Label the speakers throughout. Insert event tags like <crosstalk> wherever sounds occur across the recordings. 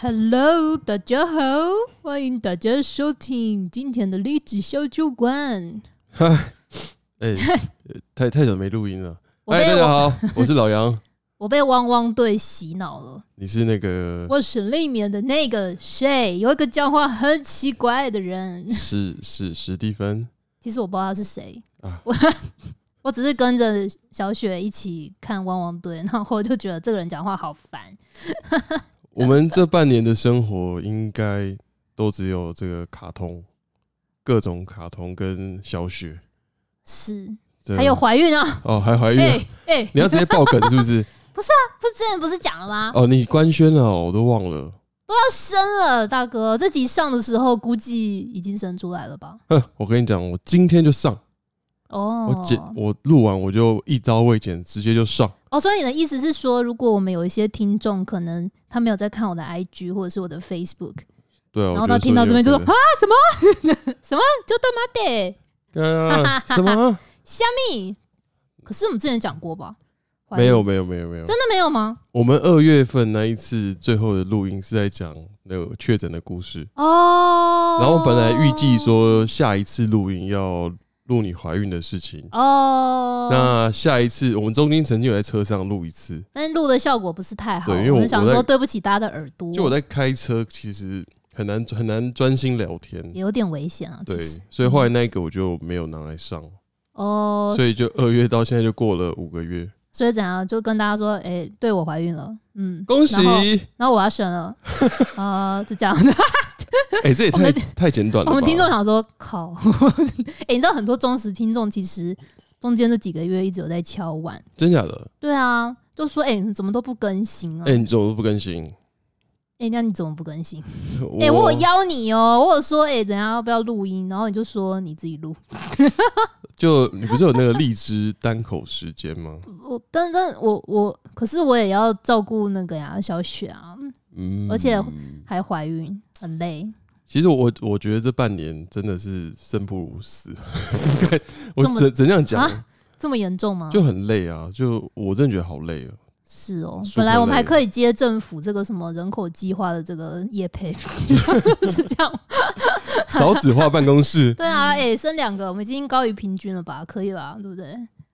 Speaker 1: Hello，大家好，欢迎大家收听今天的励志小酒馆。
Speaker 2: <laughs> 哎、呃太太久没录音了。
Speaker 1: 我
Speaker 2: 哎，
Speaker 1: 被
Speaker 2: 大家
Speaker 1: 我
Speaker 2: 好，我是老杨，
Speaker 1: 我被汪汪队洗脑了。
Speaker 2: 你是那个
Speaker 1: 我是里面的那个谁，有一个讲话很奇怪的人。
Speaker 2: 史史史蒂芬
Speaker 1: 其实我不知道他是谁，
Speaker 2: 啊？
Speaker 1: 我只是跟着小雪一起看汪汪队，然后我就觉得这个人讲话好烦。
Speaker 2: 我们这半年的生活应该都只有这个卡通，各种卡通跟小雪，
Speaker 1: 是，
Speaker 2: 这
Speaker 1: 还有怀孕啊？
Speaker 2: 哦，还怀孕了、
Speaker 1: 哎哎，
Speaker 2: 你要直接爆梗是
Speaker 1: <laughs>
Speaker 2: 不是？
Speaker 1: 不是之前不是讲了吗？
Speaker 2: 哦，你官宣了哦，我都忘了。
Speaker 1: 要生了，大哥，这集上的时候估计已经生出来了吧？
Speaker 2: 哼，我跟你讲，我今天就上，
Speaker 1: 哦，
Speaker 2: 我剪我录完我就一刀未剪，直接就上。
Speaker 1: 哦，所以你的意思是说，如果我们有一些听众，可能他没有在看我的 IG 或者是我的 Facebook，
Speaker 2: 对啊，
Speaker 1: 然
Speaker 2: 我
Speaker 1: 后
Speaker 2: 觉
Speaker 1: 他
Speaker 2: 得
Speaker 1: 听到这
Speaker 2: 说
Speaker 1: 边就
Speaker 2: 有
Speaker 1: 说
Speaker 2: 可
Speaker 1: 啊什么 <laughs> 什么就他妈的
Speaker 2: 能啊什么？
Speaker 1: 虾米？可是我们之前讲过吧？怀疑
Speaker 2: 没有，没有没有没有，
Speaker 1: 真的没有吗？
Speaker 2: 我们二月份那一次最后的录音是在讲那个确诊的故事，
Speaker 1: 哦，
Speaker 2: 然后本来预计说下一次录音要录你怀孕的事情，
Speaker 1: 哦，
Speaker 2: 那下一次我们中间曾经有在车上录一次，
Speaker 1: 但是录的效果不是太好，
Speaker 2: 对因为我
Speaker 1: 们想
Speaker 2: 我
Speaker 1: 说
Speaker 2: 在
Speaker 1: 对不起大家的耳朵，
Speaker 2: 就我在开车，其实很难很难专心聊天，
Speaker 1: 也有点危险啊，
Speaker 2: 对
Speaker 1: 其实，
Speaker 2: 所以后来那个我就没有拿来上，
Speaker 1: 哦，
Speaker 2: 所以就二月到现在就过了五个月，
Speaker 1: 所以怎样就跟大家说，哎、对我怀孕了，嗯，
Speaker 2: 恭喜！
Speaker 1: 然后
Speaker 2: 哎、
Speaker 1: 然后我要生
Speaker 2: <laughs>
Speaker 1: 了，啊，就这样。
Speaker 2: 哎这也
Speaker 1: 我
Speaker 2: 太
Speaker 1: 们
Speaker 2: 太简短了
Speaker 1: 我
Speaker 2: 吧，
Speaker 1: 们听众想说，靠， <laughs> 哎、你知道很多忠实听众其实中间这几个月一直有在敲碗，
Speaker 2: 真假的？
Speaker 1: 对啊，就说哎、你怎么都不更新啊？
Speaker 2: 哎、
Speaker 1: 哎、
Speaker 2: 你怎么都不更新？
Speaker 1: 那你怎么不更新？
Speaker 2: 我
Speaker 1: 哎、我有邀你哦、我有说哎、怎样要不要录音？然后你就说你自己录，
Speaker 2: 就你不是有那个荔枝单口时间吗？
Speaker 1: 我但但我我可是我也要照顾那个呀小雪啊，<laughs>
Speaker 2: 嗯，
Speaker 1: 而且还怀孕，很累，
Speaker 2: 其实我我觉得这半年真的是生不如死， <laughs> 我
Speaker 1: 这么
Speaker 2: 怎怎样讲、
Speaker 1: 啊这么严重吗？
Speaker 2: 就很累啊，就我真的觉得好累啊。
Speaker 1: 是哦，
Speaker 2: super
Speaker 1: 本来我们还
Speaker 2: 累
Speaker 1: 可以接政府这个什么人口计划的这个业
Speaker 2: <laughs>
Speaker 1: 配， <laughs> 是这样吗
Speaker 2: 少子化办
Speaker 1: <laughs>
Speaker 2: 公室
Speaker 1: 对啊，哎、生两个，我们已经高于平均了吧？可以啦，对不对？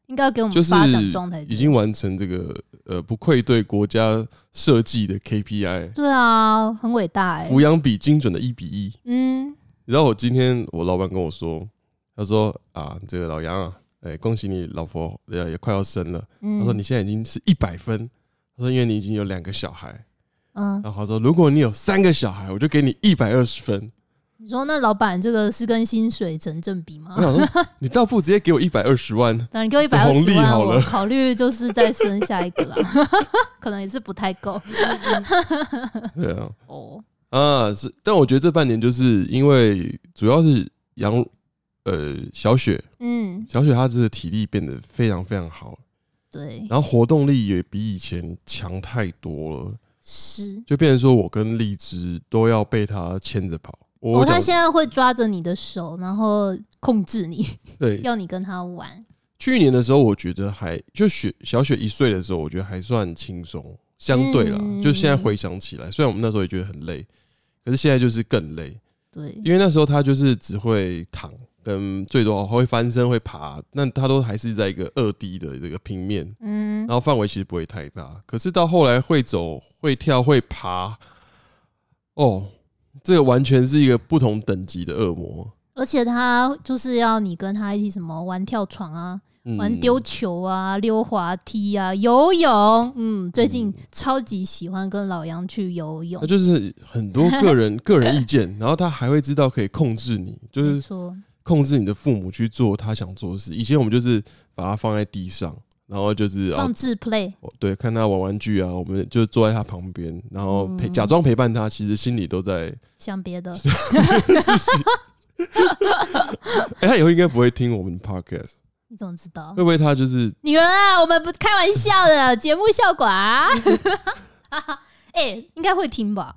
Speaker 1: 应该要给我
Speaker 2: 就
Speaker 1: 们
Speaker 2: 是
Speaker 1: 嗯发展状态。
Speaker 2: 已经完成这个呃不愧对国家设计的 KPI，
Speaker 1: 对啊，很伟大哎、
Speaker 2: 抚养比精准的一比一。
Speaker 1: 嗯，
Speaker 2: 你知道我今天我老板跟我说，他说啊这个老杨啊，哎、恭喜你老婆呃也快要生了。
Speaker 1: 嗯
Speaker 2: 他说你现在已经是一百分，他说因为你已经有两个小孩，
Speaker 1: 嗯，
Speaker 2: 然后他说如果你有三个小孩，我就给你一百二十分。
Speaker 1: 你说那老板这个是跟薪水成正比吗
Speaker 2: 我？想说你倒不如直接给我一百二十万，
Speaker 1: 那你给我一百二
Speaker 2: 红
Speaker 1: 十
Speaker 2: 利
Speaker 1: 万，
Speaker 2: 好了
Speaker 1: 我考虑就是再生下一个
Speaker 2: <laughs>
Speaker 1: 啦，可能也是不太够
Speaker 2: 对
Speaker 1: <laughs>
Speaker 2: 啊
Speaker 1: 哦。
Speaker 2: 啊是，但我觉得这半年就是因为主要是杨呃小雪，
Speaker 1: 嗯，
Speaker 2: 小雪她真的体力变得非常非常好，
Speaker 1: 对，
Speaker 2: 然后活动力也比以前强太多了，
Speaker 1: 是。
Speaker 2: 就变成说我跟荔枝都要被她牵着跑。我
Speaker 1: 哦，他
Speaker 2: 讲
Speaker 1: 现在会抓着你的手，然后控制
Speaker 2: <laughs>
Speaker 1: 你，
Speaker 2: 对
Speaker 1: 要你跟他玩。
Speaker 2: 去年的时候，我觉得还就雪小雪一岁的时候，我觉得还算轻松，相对啦。
Speaker 1: 嗯
Speaker 2: 就现在回想起来，虽然我们那时候也觉得很累，可是现在就是更累，
Speaker 1: 对，
Speaker 2: 因为那时候她就是只会躺，跟最多哦会翻身、会爬，那她都还是在一个二 D 的这个平面，
Speaker 1: 嗯
Speaker 2: 然，后范围其实不会太大。可是到后来会走、会跳、会爬，哦，这个完全是一个不同等级的恶魔。
Speaker 1: 而且他就是要你跟他一起什么玩跳床啊，
Speaker 2: 嗯
Speaker 1: 玩丢球啊，溜滑梯啊，游泳。嗯，最近
Speaker 2: 嗯
Speaker 1: 超级喜欢跟老杨去游泳
Speaker 2: 那，就是很多个
Speaker 1: <laughs>
Speaker 2: 人个人意见，然后他还会知道可以控制你，就
Speaker 1: 没
Speaker 2: 是
Speaker 1: 错，
Speaker 2: 控制你的父母去做他想做的事。以前我们就是把他放在地上，然后就是哦
Speaker 1: 放置 play。
Speaker 2: 哦对，看他玩玩具啊，我们就坐在他旁边，然后陪
Speaker 1: 嗯
Speaker 2: 假装陪伴他，其实心里都在
Speaker 1: <laughs>
Speaker 2: <laughs>
Speaker 1: 想别的，
Speaker 2: 自己。哎、他以后应该不会听我们的 podcast，
Speaker 1: 你怎么知道
Speaker 2: 会？不会他就是
Speaker 1: 女人啊，我们不开玩笑的， <laughs> 节目效果啊。 <laughs> 哎、应该会听吧？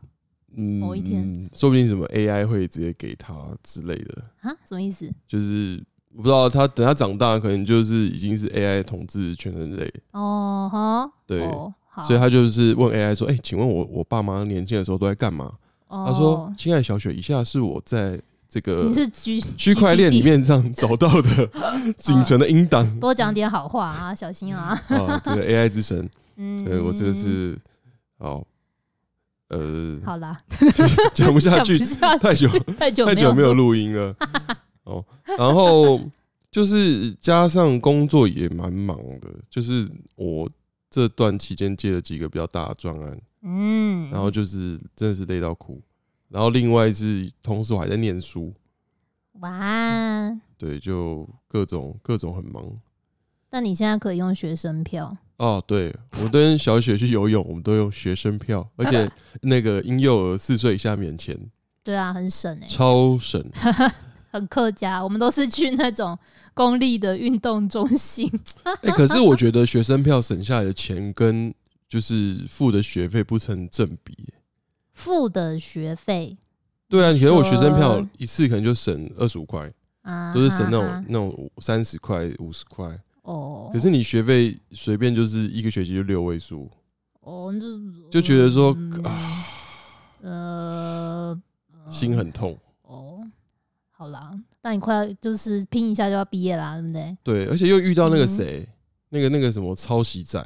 Speaker 2: 嗯，
Speaker 1: 某一天
Speaker 2: 说不定什么 AI 会直接给他之类的，
Speaker 1: 啊，什么意思？
Speaker 2: 就是我不知道他等他长大，可能就是已经是 AI 统治全人类。
Speaker 1: 哦，哈，
Speaker 2: 对
Speaker 1: 哦，好，
Speaker 2: 所以他就是问 AI 说：“哎、请问我我爸妈年轻的时候都在干嘛？”他说
Speaker 1: 哦：“，
Speaker 2: 亲爱的小雪，以下是我在这个
Speaker 1: 你是区
Speaker 2: 区块链里面上找到的
Speaker 1: <laughs>
Speaker 2: 仅存的音档
Speaker 1: 多讲点好话啊，小心啊，
Speaker 2: 啊，
Speaker 1: <laughs>
Speaker 2: 这个 AI 之神，
Speaker 1: 嗯，
Speaker 2: 对我真的是哦，呃，
Speaker 1: 嗯好啦，
Speaker 2: 讲不下
Speaker 1: 讲
Speaker 2: 去
Speaker 1: 不，下
Speaker 2: <laughs> 太
Speaker 1: 去，
Speaker 2: 久
Speaker 1: 太久
Speaker 2: 太久没
Speaker 1: 没
Speaker 2: 有
Speaker 1: 有录，
Speaker 2: 录音了 <laughs> 哦，然后就是加上工作也蛮忙的，就是我这段期间接了几个比较大的专案，
Speaker 1: 嗯，
Speaker 2: 然后就是真的是累到哭，然后另外是同时我还在念书，
Speaker 1: 哇，
Speaker 2: 对，就各种各种很忙。
Speaker 1: 那你现在可以用学生票，
Speaker 2: 哦，对，我跟小雪去游泳，我们都用学生票，而且那个婴幼儿四岁以下
Speaker 1: <laughs>
Speaker 2: 免钱，
Speaker 1: 对啊，很省哎、
Speaker 2: 超省。
Speaker 1: 很客家，我们都是去那种公立的运动中心，
Speaker 2: <laughs> 哎、可是我觉得学生票省下来的钱跟就是付的学费不成正比。欸
Speaker 1: 付的学费
Speaker 2: 对啊，可能我
Speaker 1: 说
Speaker 2: 学生票一次可能就省二十五块，
Speaker 1: 啊，
Speaker 2: 都是省那
Speaker 1: 哈哈
Speaker 2: 种那种三十块、五十块。
Speaker 1: 哦，
Speaker 2: 可是你学费随便就是一个学期就六位数，
Speaker 1: 哦，就
Speaker 2: 就觉得说
Speaker 1: 嗯
Speaker 2: 啊，
Speaker 1: 呃，呃
Speaker 2: 心很痛。
Speaker 1: 哦，好啦，那你快要就是拼一下就要毕业啦，对不
Speaker 2: <laughs>
Speaker 1: 对？
Speaker 2: 对，而且又遇到那个
Speaker 1: 嗯
Speaker 2: 谁，那个那个什么抄袭仔。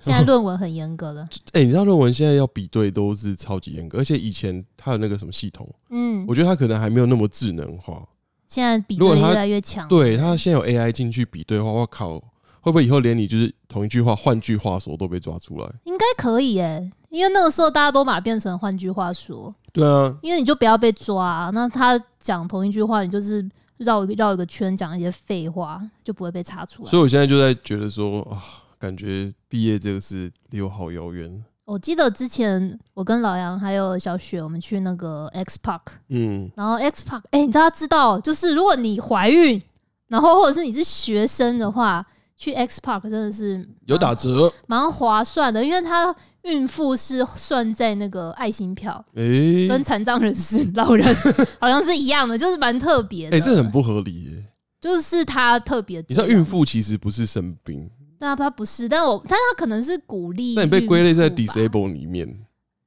Speaker 1: 现在论文很严格
Speaker 2: <laughs>
Speaker 1: 了，
Speaker 2: 哎、你知道论文现在要比对都是超级严格，而且以前它有那个什么系统，
Speaker 1: 嗯
Speaker 2: 我，觉得它可能还没有那么智能化。
Speaker 1: 现在比
Speaker 2: 如果
Speaker 1: 对
Speaker 2: 他
Speaker 1: 越来越强，
Speaker 2: 对，它现在有 AI 进去比对的话，我靠，会不会以后连你就是同一句话，换句话说都被抓出来？
Speaker 1: 应该可以耶、因为那个时候大家都把它变成，换句话说，
Speaker 2: 对啊，
Speaker 1: 因为你就不要被抓、那他讲同一句话，你就是绕一个绕一个圈讲一些废话，就不会被查出来
Speaker 2: 所。以我现在就在觉得说啊，感觉毕业这个事离我好遥远。
Speaker 1: 我记得之前我跟老杨还有小雪，我们去那个 X Park，
Speaker 2: 嗯，
Speaker 1: 然后 X Park，哎、你知道知道，就是如果你怀孕，然后或者是你是学生的话，去 X Park 真的是
Speaker 2: 有打折。
Speaker 1: 蛮划算的，因为它孕妇是算在那个爱心票，
Speaker 2: 哎、
Speaker 1: 跟残障人士、老
Speaker 2: <laughs>
Speaker 1: 人好像是一样的，就是蛮特别
Speaker 2: 哎、
Speaker 1: 的。
Speaker 2: 这很不合理耶、
Speaker 1: 就是它特别这样，
Speaker 2: 你知道孕妇其实不是生病，
Speaker 1: 对啊，它不是，但我但它可能是鼓励。
Speaker 2: 那你被归类在 disable 里面。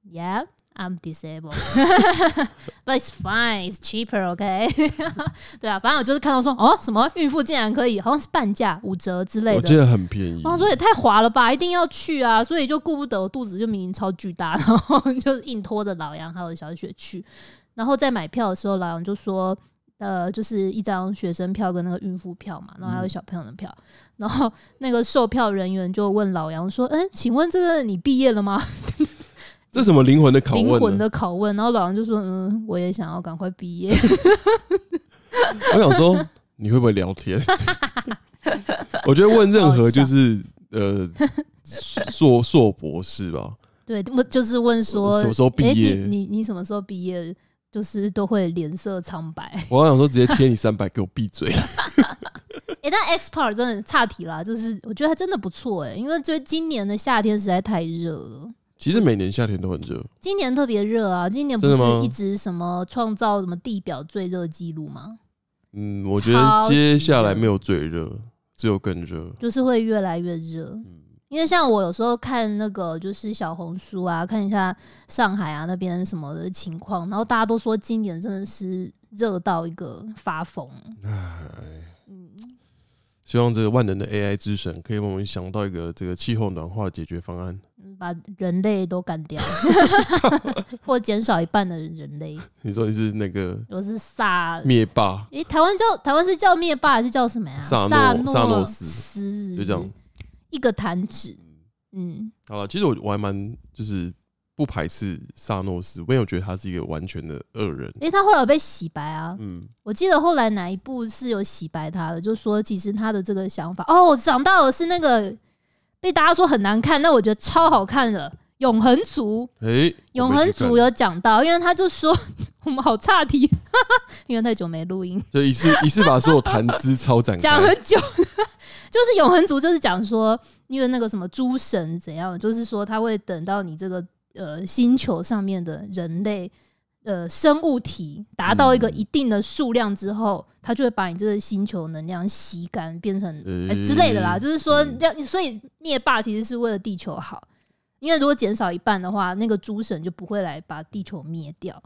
Speaker 1: Yeah, I'm disabled,
Speaker 2: <laughs>
Speaker 1: but it's fine. It's cheaper, OK？对 <laughs> 啊，反正我就是看到说，哦，什么孕妇竟然可以，好像是半价、五折之类
Speaker 2: 我觉
Speaker 1: 的。
Speaker 2: 得很便宜。
Speaker 1: 然后说也太划了吧，一定要去啊！所以就顾不得我肚子就明明超巨大，然后就硬拖着老杨还有小雪去。然后在买票的时候，老杨就说，呃，就是一张学生票跟那个孕妇票嘛，然后还有小朋友的票。然后那个售票人员就问老杨说：“嗯，请问这个你毕业了吗？”
Speaker 2: 这什么灵魂的拷
Speaker 1: 灵
Speaker 2: 问
Speaker 1: 魂
Speaker 2: 呢？
Speaker 1: 的拷问，然后老杨就说：“嗯，我也想要赶快毕业。 <laughs>
Speaker 2: <laughs> 我想说，你会不会
Speaker 1: <laughs>
Speaker 2: 聊天？我觉得问任何就是呃硕硕博士吧，”
Speaker 1: 对，我就是问说
Speaker 2: 什么时候毕
Speaker 1: 诶
Speaker 2: 业
Speaker 1: 你你你什么时候毕业？就是都会脸色苍白。
Speaker 2: 我好想说直接贴你三百，给我闭嘴。 <laughs>
Speaker 1: 诶，但 X Part 真的差题啦，就是我觉得还真的不错诶，因为觉得今年的夏天实在太热了。
Speaker 2: 其实每年夏天都很热，
Speaker 1: 今年特别热啊！今年不
Speaker 2: 真的吗
Speaker 1: 是一直什么创造什么地表最热纪录吗？
Speaker 2: 嗯，我觉得
Speaker 1: 超级
Speaker 2: 接下来
Speaker 1: 热
Speaker 2: 没有最热，只有更热。
Speaker 1: 就是会越来越热。
Speaker 2: 嗯
Speaker 1: 因为像我有时候看那个就是小红书啊，看一下上海啊那边什么的情况，然后大家都说今年真的是热到一个发疯。
Speaker 2: 唉，
Speaker 1: 嗯，
Speaker 2: 希望这个万能的 AI 之神可以帮我们想到一个这个气候暖化解决方案。
Speaker 1: 把人类都干掉， <laughs> 或减少一半的人类。
Speaker 2: 你说你是那个
Speaker 1: 我是萨，
Speaker 2: 灭霸，
Speaker 1: 诶、台湾叫台湾是叫灭霸还是叫什么呀？
Speaker 2: 萨诺
Speaker 1: 诺
Speaker 2: 萨诺斯
Speaker 1: 斯
Speaker 2: 就这
Speaker 1: 嗯
Speaker 2: 样。
Speaker 1: 一个弹指。嗯，
Speaker 2: 好了，其实我我还蛮就是不排斥萨诺斯，因为我觉得他是一个完全的恶人。
Speaker 1: 诶、他后来有被洗白啊，
Speaker 2: 嗯，
Speaker 1: 我记得后来哪一部是有洗白他的，就说其实他的这个想法，哦，我长大了是那个被大家说很难看，但我觉得超好看的《永恒族》。
Speaker 2: 诶，
Speaker 1: 《永恒族》
Speaker 2: 有
Speaker 1: 有讲到，因为他就说 <laughs> 我们好岔题， <laughs> 因为太久没录音，
Speaker 2: 就一次一次把所有谈资超展
Speaker 1: <laughs> 讲
Speaker 2: 开
Speaker 1: 很，
Speaker 2: <laughs>
Speaker 1: 久。就是《永恒族》就是讲说，因为那个什么诸神怎样，就是说他会等到你这个呃星球上面的人类呃生物体达到一
Speaker 2: 嗯
Speaker 1: 个一定的数量之后，它就会把你这个星球能量吸干，变成、哎
Speaker 2: 诶
Speaker 1: 之类的啦。就是说
Speaker 2: 嗯，
Speaker 1: 这样所以灭霸其实是为了地球好，因为如果减少一半的话，那个诸神就不会来把地球灭掉。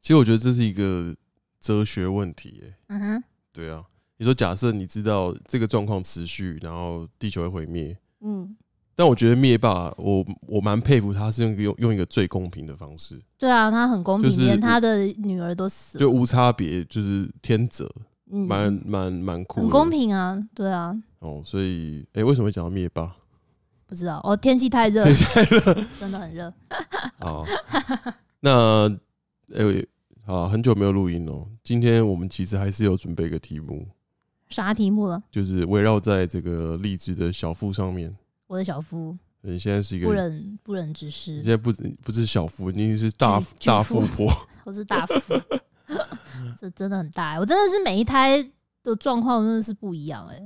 Speaker 2: 其实我觉得这是一个哲学问题、耶。
Speaker 1: 嗯哼，
Speaker 2: 对啊，你说假设你知道这个状况持续，然后地球会毁灭，
Speaker 1: 嗯，
Speaker 2: 但我觉得灭霸，我我蛮佩服他是用一个用用一个最公平的方式，
Speaker 1: 对啊，他很公平，
Speaker 2: 就是
Speaker 1: 连他的女儿都死了，
Speaker 2: 就无差别，就是天择，
Speaker 1: 嗯，
Speaker 2: 蛮蛮蛮酷的，
Speaker 1: 很公平啊，对啊。
Speaker 2: 哦。所以，哎、为什么会讲到灭霸
Speaker 1: 不知道哦，天气太热，了，真的很热。
Speaker 2: 啊？那，哎、好，很久没有录音了。哦今天我们其实还是有准备一个题目，
Speaker 1: 啥题目了？
Speaker 2: 就是围绕在这个励志的小腹上面。
Speaker 1: 我的小夫
Speaker 2: 你现在是一个
Speaker 1: 不，忍不忍直
Speaker 2: 你
Speaker 1: 视
Speaker 2: 现，在不不是小腹，你已经是大
Speaker 1: 巨巨
Speaker 2: 大
Speaker 1: 腹
Speaker 2: 富婆。
Speaker 1: 我是大夫， <laughs> 这真的很大、欸。我真的是每一胎的状况真的是不一样哎、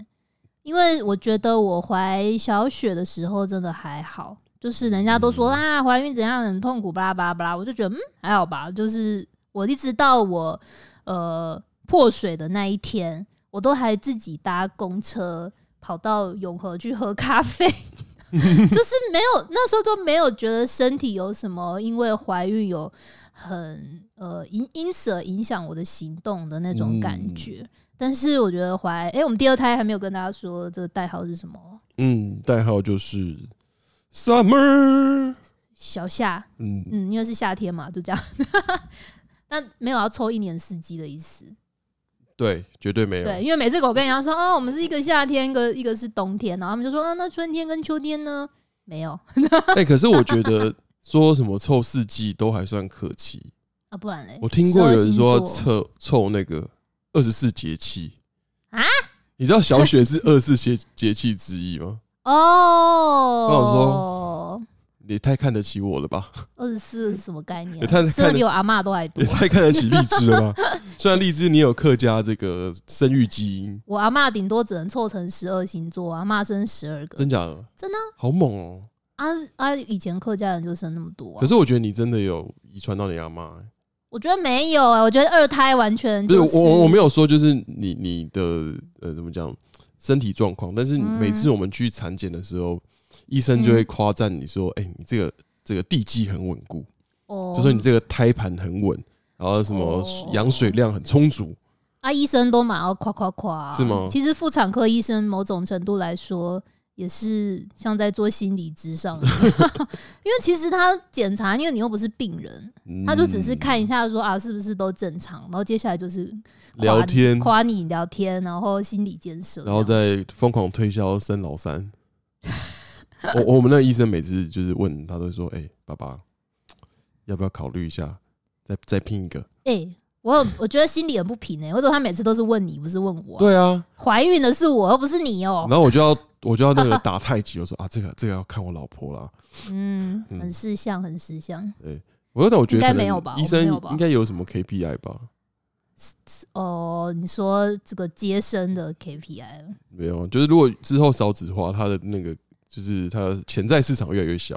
Speaker 1: 因为我觉得我怀小雪的时候真的还好，就是人家都说
Speaker 2: 嗯
Speaker 1: 啦、怀孕怎样很痛苦，巴拉巴拉巴拉，我就觉得嗯还好吧。就是我一直到我呃破水的那一天，我都还自己搭公车跑到永和去喝咖啡。 <laughs> 就是没有那时候都没有觉得身体有什么，因为怀孕有很呃因因此而影响我的行动的那种感
Speaker 2: 嗯
Speaker 1: 觉。但是我觉得怀，哎、我们第二胎还没有跟大家说这个代号是什么，
Speaker 2: 嗯，代号就是 Summer。
Speaker 1: 小夏，
Speaker 2: 嗯，
Speaker 1: 嗯，因为是夏天嘛，就这样。 <laughs> 但没有要抽一年四季的意思，
Speaker 2: 对，绝对啊没有。
Speaker 1: 对，因为每次我跟人家说，哦，我们是一个夏天，一个一个是冬天，然后他们就说，啊，那春天跟秋天呢？没有
Speaker 2: 哎、可是我觉得说什么凑四季都还算可
Speaker 1: <laughs>
Speaker 2: 期。
Speaker 1: 啊，不然嘞，
Speaker 2: 我听过有人说
Speaker 1: 12星座
Speaker 2: 凑凑那个二十四节气
Speaker 1: 啊，
Speaker 2: 你知道小雪是二十四节节气之一吗？
Speaker 1: 哦，
Speaker 2: 那我你也太看得起我了吧？
Speaker 1: 二十四是什么概念
Speaker 2: <laughs> 也太
Speaker 1: 啊？
Speaker 2: 看
Speaker 1: 吃的
Speaker 2: 得
Speaker 1: 比我阿嬷都还多
Speaker 2: 也。太看得起荔枝
Speaker 1: <laughs>
Speaker 2: 了吧？虽然荔枝你有客家这个生育基因，
Speaker 1: 我阿嬷顶多只能凑成十二星座，阿嬷生十二个
Speaker 2: 真假的？
Speaker 1: 真的
Speaker 2: 好猛哦、
Speaker 1: 啊啊！以前客家人就生那么多、啊，
Speaker 2: 可是我觉得你真的有遗传到你阿妈、欸。
Speaker 1: 我觉得没有、啊，我觉得二胎完全
Speaker 2: 不是
Speaker 1: 就
Speaker 2: 我我我没
Speaker 1: 有
Speaker 2: 有说就是你你的呃怎么讲身体状况，但是
Speaker 1: 嗯
Speaker 2: 每次我们去产检的时候，医生就会夸赞你说，哎、你这个这个地基很稳固，
Speaker 1: 哦
Speaker 2: 就说你这个胎盘很稳，然后什么
Speaker 1: 哦
Speaker 2: 羊水量很充足，
Speaker 1: 啊，医生都蛮要夸夸夸，
Speaker 2: 是吗
Speaker 1: 其实妇产科医生某种程度来说。也是像在做心理之上，因为
Speaker 2: <laughs>
Speaker 1: 其实他检查，因为你又不是病人，他就只是
Speaker 2: 嗯
Speaker 1: 看一下说啊是不是都正常，然后接下来就是夸
Speaker 2: 聊
Speaker 1: 你
Speaker 2: 天，
Speaker 1: 夸你聊天，然后心理建设这
Speaker 2: 然
Speaker 1: 样，
Speaker 2: 后再疯狂推销生老三。我我们那个医生每次就是问他都说，哎、爸爸要不要考虑一下，再再拼一个？
Speaker 1: 哎、我有我觉得心里很不平哎、为什么他每次都是问你，不是问我啊、
Speaker 2: 对啊，
Speaker 1: 怀孕的是我，又不是你哦、
Speaker 2: 然后我就要我就要那个打太极，我说啊，这个这个要看我老婆啦。
Speaker 1: 嗯，
Speaker 2: 嗯
Speaker 1: 很识相，很识相。
Speaker 2: 我说那我觉得
Speaker 1: 应该
Speaker 2: 可能
Speaker 1: 没有吧
Speaker 2: 医
Speaker 1: 我没
Speaker 2: 生
Speaker 1: 有吧
Speaker 2: 应该有什么 KPI 吧？
Speaker 1: 哦、你说这个接生的 KPI，
Speaker 2: 没有啊，就是如果之后少子化，它的那个就是它的潜在市场越来越小。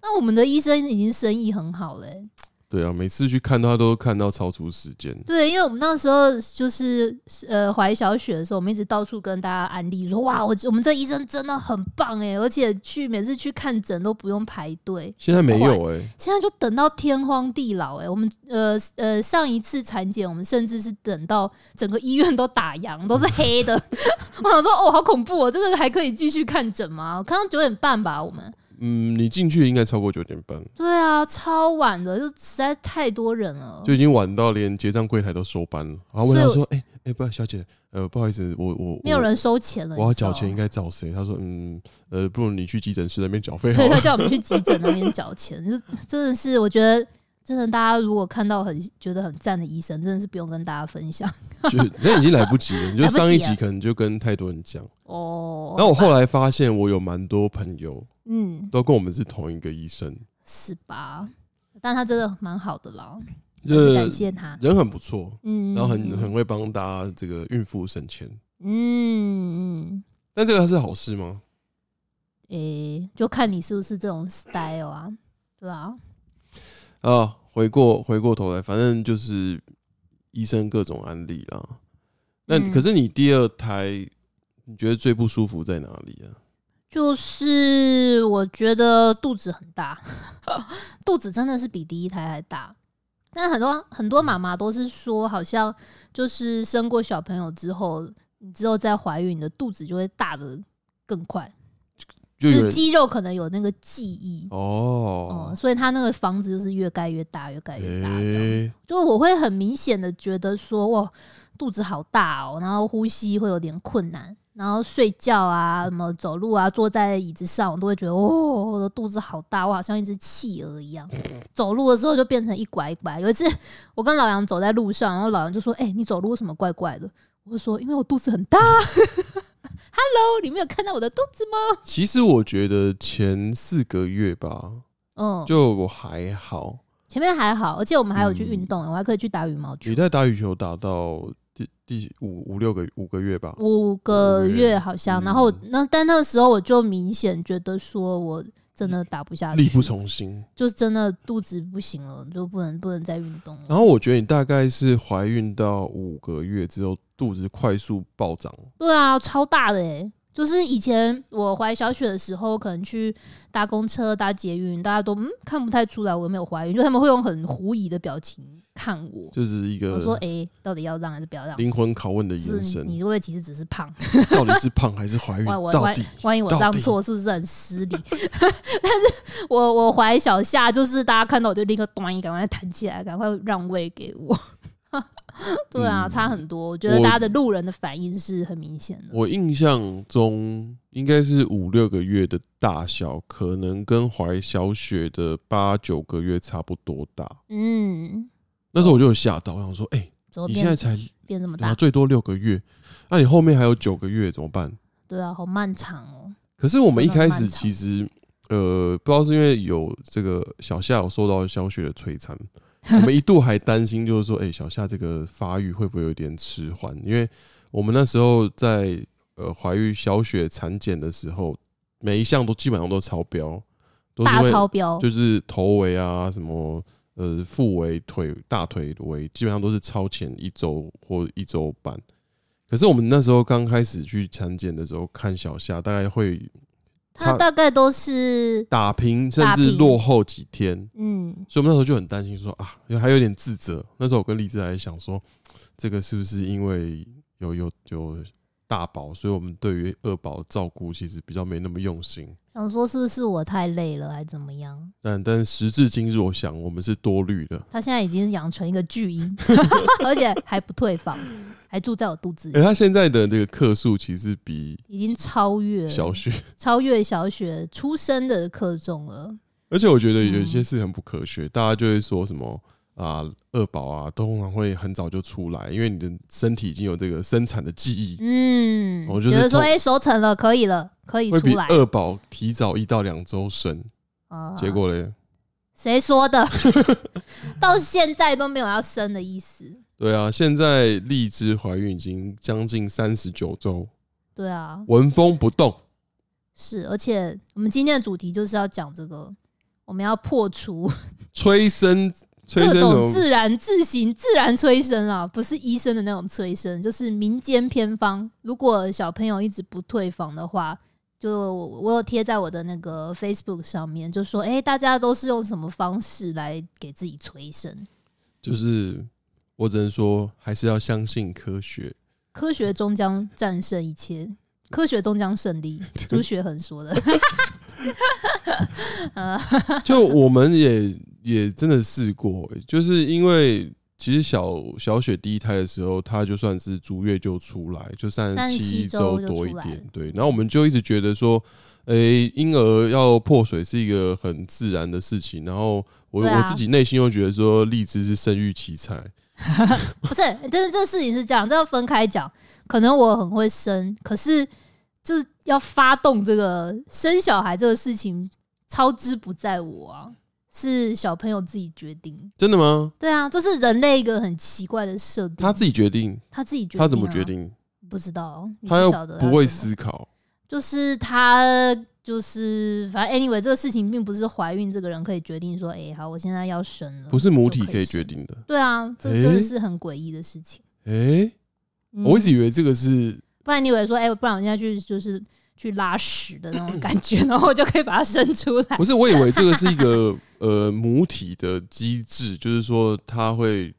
Speaker 1: 那我们的医生已经生意很好欸嘞、
Speaker 2: 对啊，每次去看他都看到超出时间。
Speaker 1: 对，因为我们那时候就是呃怀小雪的时候，我们一直到处跟大家安利说，哇，我我们这医生真的很棒哎、而且去每次去看诊都不用排队，
Speaker 2: 现在没有哎、
Speaker 1: 现在就等到天荒地老哎、我们呃呃上一次产检，我们甚至是等到整个医院都打烊，都是黑的。 <laughs> 我想说，哦，好恐怖哦！真的还可以继续看诊吗？我看到九点半吧，我们
Speaker 2: 嗯，你进去应该超过九点半，
Speaker 1: 对啊，超晚的，就实在太多人了。
Speaker 2: 就已经晚到连结账柜台都收班了。然后问他
Speaker 1: 所以
Speaker 2: 说：“哎哎、不好意思，小姐，呃，不好意思，我我
Speaker 1: 没有
Speaker 2: 我
Speaker 1: 人收钱了，
Speaker 2: 我要
Speaker 1: 你知道
Speaker 2: 缴
Speaker 1: 吗
Speaker 2: 钱，应。该找谁？”他说：“嗯，呃，不如你去急诊室那边缴费好
Speaker 1: 对，
Speaker 2: 了。
Speaker 1: <laughs> 他叫我们去急诊那边缴钱，就真的是我觉得。真的，大家如果看到很觉得很赞的医生，真的是不用跟大家分享
Speaker 2: 就那已经来不及了。你就
Speaker 1: 来不及
Speaker 2: 上一集
Speaker 1: 了
Speaker 2: 可能就跟太多人讲。
Speaker 1: 哦。
Speaker 2: 然后我后来发现，我有蛮多朋友
Speaker 1: 嗯，
Speaker 2: 都跟我们是同一个医生，
Speaker 1: 是吧？但他真的蛮好的啦，还
Speaker 2: 就是
Speaker 1: 感谢他。
Speaker 2: 人很不错，
Speaker 1: 嗯，
Speaker 2: 然后很很会帮大家这个孕妇省钱。
Speaker 1: 嗯嗯，
Speaker 2: 但这个是好事吗？
Speaker 1: 诶、就看你是不是这种 style 啊，对啊，
Speaker 2: 啊，回过回过头来，反正就是医生各种案例啦。那、
Speaker 1: 嗯
Speaker 2: 可是你第二胎，你觉得最不舒服在哪里啊？
Speaker 1: 就是我觉得肚子很大， <laughs> 肚子真的是比第一胎还大。但很多很多妈妈都是说，好像就是生过小朋友之后，你之后再怀孕，你的肚子就会大的更快，就
Speaker 2: 就有
Speaker 1: 是
Speaker 2: 人
Speaker 1: 肌肉可能有那个记忆。
Speaker 2: 哦
Speaker 1: 哦、，所以他那个房子就是越盖越大，越盖越大这样。
Speaker 2: 诶
Speaker 1: 就我会很明显的觉得说，哇，肚子好大哦，然后呼吸会有点困难，然后睡觉啊，什么走路啊，坐在椅子上，我都会觉得，哦，我的肚子好大，我好像一只企鹅一样。走路的时候就变成一拐一拐。有一次，我跟老杨走在路上，然后老杨就说：“哎、你走路为什么怪怪的？”我就说：“因为我肚子很大。” <laughs> Hello，你没有看到我的肚子吗？
Speaker 2: 其实我觉得前四个月吧，
Speaker 1: 嗯，
Speaker 2: 就我还好，
Speaker 1: 前面还好，而且我们还有去
Speaker 2: 嗯
Speaker 1: 运动，我还可以去打羽毛球
Speaker 2: 你。在打羽球打到第第五五六个五个月吧，
Speaker 1: 五个月好像，
Speaker 2: 嗯
Speaker 1: 然后那但那个时候我就明显觉得说我真的打不下去，
Speaker 2: 力不从心。
Speaker 1: 就是真的肚子不行了，就不能不能再运动了。
Speaker 2: 然后我觉得你大概是怀孕到五个月之后，肚子快速暴涨，
Speaker 1: 对啊，超大的诶、就是以前我怀小雪的时候，可能去搭公车、搭捷运，大家都嗯看不太出来我有没有怀孕，就他们会用很狐疑的表情看我，
Speaker 2: 就是一
Speaker 1: 我说
Speaker 2: 个
Speaker 1: 诶、到底要让还是不要让？
Speaker 2: 灵魂拷问的
Speaker 1: 是
Speaker 2: 眼
Speaker 1: 你，
Speaker 2: 神
Speaker 1: 你，会不会其实只是胖？
Speaker 2: 到底是胖还是怀孕？
Speaker 1: <laughs> 我我
Speaker 2: 到底
Speaker 1: 万一我
Speaker 2: 到
Speaker 1: 让
Speaker 2: 底
Speaker 1: 错是不是很失礼？ <laughs> 但是我我怀小夏，就是大家看到我就立刻端一，赶快弹起来，赶快让位给我。 <laughs> 对啊，
Speaker 2: 嗯
Speaker 1: 差很多。我觉得
Speaker 2: 我
Speaker 1: 大家的路人的反应是很明显的。
Speaker 2: 我印象中应该是五六个月的大小，可能跟怀小雪的八九个月差不多大。
Speaker 1: 嗯，
Speaker 2: 那时候我就有吓到，我想说，哎、
Speaker 1: 怎么
Speaker 2: 你现在
Speaker 1: 变
Speaker 2: 才
Speaker 1: 变这么
Speaker 2: 然后
Speaker 1: 大？
Speaker 2: 最多六个月，那、你后面还有九个月怎么办？
Speaker 1: 对啊，好漫长哦。
Speaker 2: 可是我们一
Speaker 1: 真
Speaker 2: 开
Speaker 1: 的很
Speaker 2: 始
Speaker 1: 漫长
Speaker 2: 其实，呃，不知道是因为有这个小夏有受到小雪的摧残，我们一度还担心，就是说，哎、小夏这个发育会不会有点迟缓？因为呃我们那时候在呃怀孕小雪产检的时候，每一项都基本上都超标，都是
Speaker 1: 大
Speaker 2: 会
Speaker 1: 超标，
Speaker 2: 就是头围啊，什么呃腹围、腿、大腿围，基本上都是超前一周或一周半。可是我们那时候刚开始去产检的时候，看小夏大概会
Speaker 1: 它大概都是
Speaker 2: 打平，甚
Speaker 1: 打
Speaker 2: 至
Speaker 1: 平
Speaker 2: 落后几天，
Speaker 1: 嗯，
Speaker 2: 所以我们那时候就很担心说啊，有还有点自责。那时候我跟李志还想说，这个是不是因为有有有大宝，所以我们对于二宝的照顾其实比较没那么用心。
Speaker 1: 想说是不是我太累了，还怎么样？
Speaker 2: 但但时至今日，我想我们是多虑的。
Speaker 1: 他现在已经养成一个巨婴， <laughs> 而且还不退房，还住在我肚子里
Speaker 2: <laughs> 哎、，他现在的这个克数其实比
Speaker 1: 已经超越
Speaker 2: 小学，
Speaker 1: 超越小雪出生的克重了。
Speaker 2: <laughs> 而且我觉得有一
Speaker 1: 嗯
Speaker 2: 些事很不科学，大家就会说什么啊，二宝啊，都通常会很早就出来，因为你的身体已经有这个生产的记忆，
Speaker 1: 嗯，
Speaker 2: 我就是
Speaker 1: 觉得说，
Speaker 2: 从
Speaker 1: 哎、熟成了，可以了，可以
Speaker 2: 会
Speaker 1: 出
Speaker 2: 比
Speaker 1: 来。
Speaker 2: 二宝提早一到两周生。
Speaker 1: 啊
Speaker 2: 结果嘞，
Speaker 1: 谁说
Speaker 2: <laughs>
Speaker 1: 的？到现在都没有要生的意思。
Speaker 2: 对啊，现在荔枝怀孕已经将近三十九周，
Speaker 1: 对啊，
Speaker 2: 纹风不动。
Speaker 1: 是，而且我们今天的主题就是要讲这个，我们要破除
Speaker 2: 催生，催
Speaker 1: 各
Speaker 2: 生什
Speaker 1: 种
Speaker 2: 么？
Speaker 1: 自然、自行、自然催生啊，不是医生的那种催生，就是民间偏方。如果小朋友一直不退房的话，就我我有贴在我的那个 Facebook 上面，就说，哎、大家都是用什么方式来给自己催生？
Speaker 2: 就是我只能说，还是要相信科学。
Speaker 1: 科学终将战胜一切，科学终将胜
Speaker 2: <laughs>
Speaker 1: 利。朱学恒说的，
Speaker 2: 就我们也也真的试过欸、就是因为其实小小雪第一胎的时候，她就算是足月就出来，就三十七
Speaker 1: 37
Speaker 2: 周
Speaker 1: 周
Speaker 2: 多
Speaker 1: 就
Speaker 2: 一
Speaker 1: 出来
Speaker 2: 点
Speaker 1: 了，
Speaker 2: 对。然后我们就一直觉得说，诶、婴儿要破水是一个很自然的事情。然后我、
Speaker 1: 对啊
Speaker 2: 我自己内心又觉得说，荔枝是生育奇才，
Speaker 1: 不是，但是这事情是这样，这要分开讲。可能我很会生，可是就是要发动这个生小孩这个事情，操之不在我啊，是小朋友自己决定。
Speaker 2: 真的吗？
Speaker 1: 对啊，这是人类一个很奇怪的设定。
Speaker 2: 他自己决定，
Speaker 1: 他自己决定、啊
Speaker 2: 他怎么决？定？
Speaker 1: 不知道，你
Speaker 2: 他
Speaker 1: 不
Speaker 2: 又
Speaker 1: 晓得啊
Speaker 2: 不会
Speaker 1: 怎么，
Speaker 2: 思考，
Speaker 1: 就是他就是反正 anyway 这个事情并不是怀孕这个人可以决定说，哎、好，我现在要生了，
Speaker 2: 不是母体
Speaker 1: 就嗯可
Speaker 2: 可
Speaker 1: 以
Speaker 2: 以
Speaker 1: 生
Speaker 2: 决。定的。
Speaker 1: 对啊，这
Speaker 2: 诶
Speaker 1: 真的是很诡异的事情。
Speaker 2: 诶，
Speaker 1: 嗯
Speaker 2: 我一直以为这个是
Speaker 1: 不然你以为说，哎、不然我现在去就是去拉屎的那种感觉，然后我就可以把它生出来 <laughs>
Speaker 2: 不。是？我以为这个是一个 <laughs> 呃母体的机制，就是说它会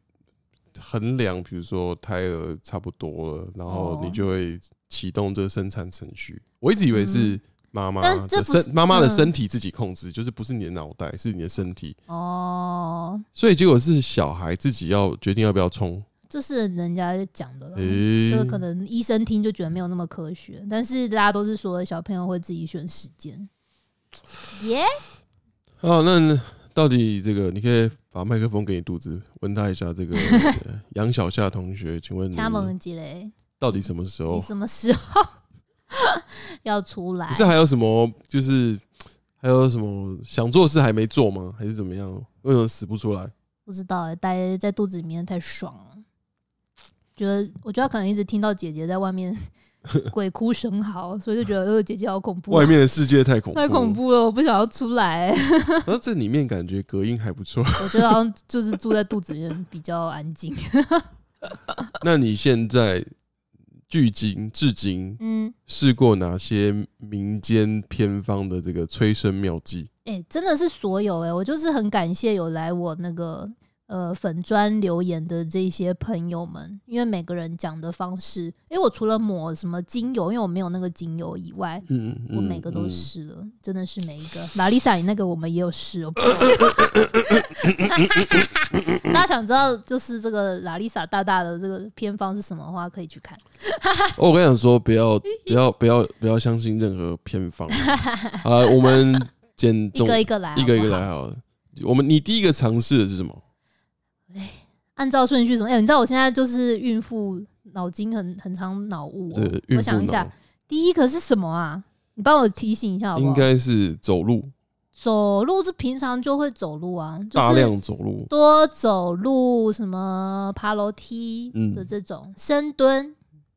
Speaker 2: 衡量，比如说胎儿差不多了，然后
Speaker 1: 哦
Speaker 2: 你就会启动这个生产程序。我一直以为是
Speaker 1: 嗯
Speaker 2: 妈妈
Speaker 1: 但这
Speaker 2: 的
Speaker 1: 不是
Speaker 2: 身妈妈的
Speaker 1: 嗯
Speaker 2: 身体自己控制，就是不是你的脑袋，是你的身体。
Speaker 1: 哦，
Speaker 2: 所以结果是小孩自己要决定要不要冲。
Speaker 1: 这是人家讲的啦。
Speaker 2: 诶、
Speaker 1: 嗯这个可能医生听就觉得没有那么科学，但是大家都是说小朋友会自己选时间。耶、
Speaker 2: 哦，那到底这个，你可以把麦克风给你肚子，问他一下
Speaker 1: <laughs>
Speaker 2: 这个呃杨小夏同学，请问你
Speaker 1: 加盟积累，
Speaker 2: 到底什么时候
Speaker 1: 你？什么时候 <laughs> 要出来
Speaker 2: 可？是还啊有什么？就是还有什么想做的事还没做吗？还是怎么样？为什么死不出来？
Speaker 1: 不知道、欸，待在肚子里面太爽了。觉得我觉得他可能一直听到姐姐在外面 <laughs> 鬼哭神嚎，所以就觉得呃姐姐好恐怖啊、
Speaker 2: 外面的世界太恐怖，
Speaker 1: 太恐。怖了，我不想要出 <laughs> 来欸、
Speaker 2: 然后这里面感觉隔音还不错。 <laughs>
Speaker 1: 我觉得好像就是住在肚子里面比较安静。
Speaker 2: 那你现在距今至今
Speaker 1: <laughs> 嗯，
Speaker 2: 试过哪些民间偏方的这个催生妙计？
Speaker 1: 哎、真的是所有哎、我就是很感谢有来我那个呃粉砖留言的这些朋友们，因为每个人讲的方式，因为我除了抹什么精油，因为我没有那个精油以外，
Speaker 2: 嗯，嗯
Speaker 1: 我每个都
Speaker 2: 嗯
Speaker 1: 试了，真的是每一个。拉丽莎，你那个我们也有试哦。 <laughs> 大家想知道就是这个拉丽莎大大的这个偏方是什么的话，可以去看。
Speaker 2: 哦我跟你讲说，不要不要不要不要相信任何偏方啊！我们
Speaker 1: <laughs>
Speaker 2: 简
Speaker 1: 一
Speaker 2: 总
Speaker 1: 个一个来，
Speaker 2: 一个一
Speaker 1: 好
Speaker 2: 个
Speaker 1: 不好
Speaker 2: 来。好了。我们你第一个尝试的是什么？
Speaker 1: 按照顺序什么？哎、你知道我现在就是孕妇脑筋很很常脑雾、
Speaker 2: 这
Speaker 1: 哦
Speaker 2: 个。孕
Speaker 1: 我
Speaker 2: 妇
Speaker 1: 想一下
Speaker 2: 脑，
Speaker 1: 第一个是什么啊？你帮我提醒一下好不
Speaker 2: 应
Speaker 1: 好？
Speaker 2: 该是走路，
Speaker 1: 走路是平常就会走路啊，就
Speaker 2: 大
Speaker 1: 是
Speaker 2: 量走路。
Speaker 1: 多走路，什么爬楼梯
Speaker 2: 嗯
Speaker 1: 的这种、深蹲，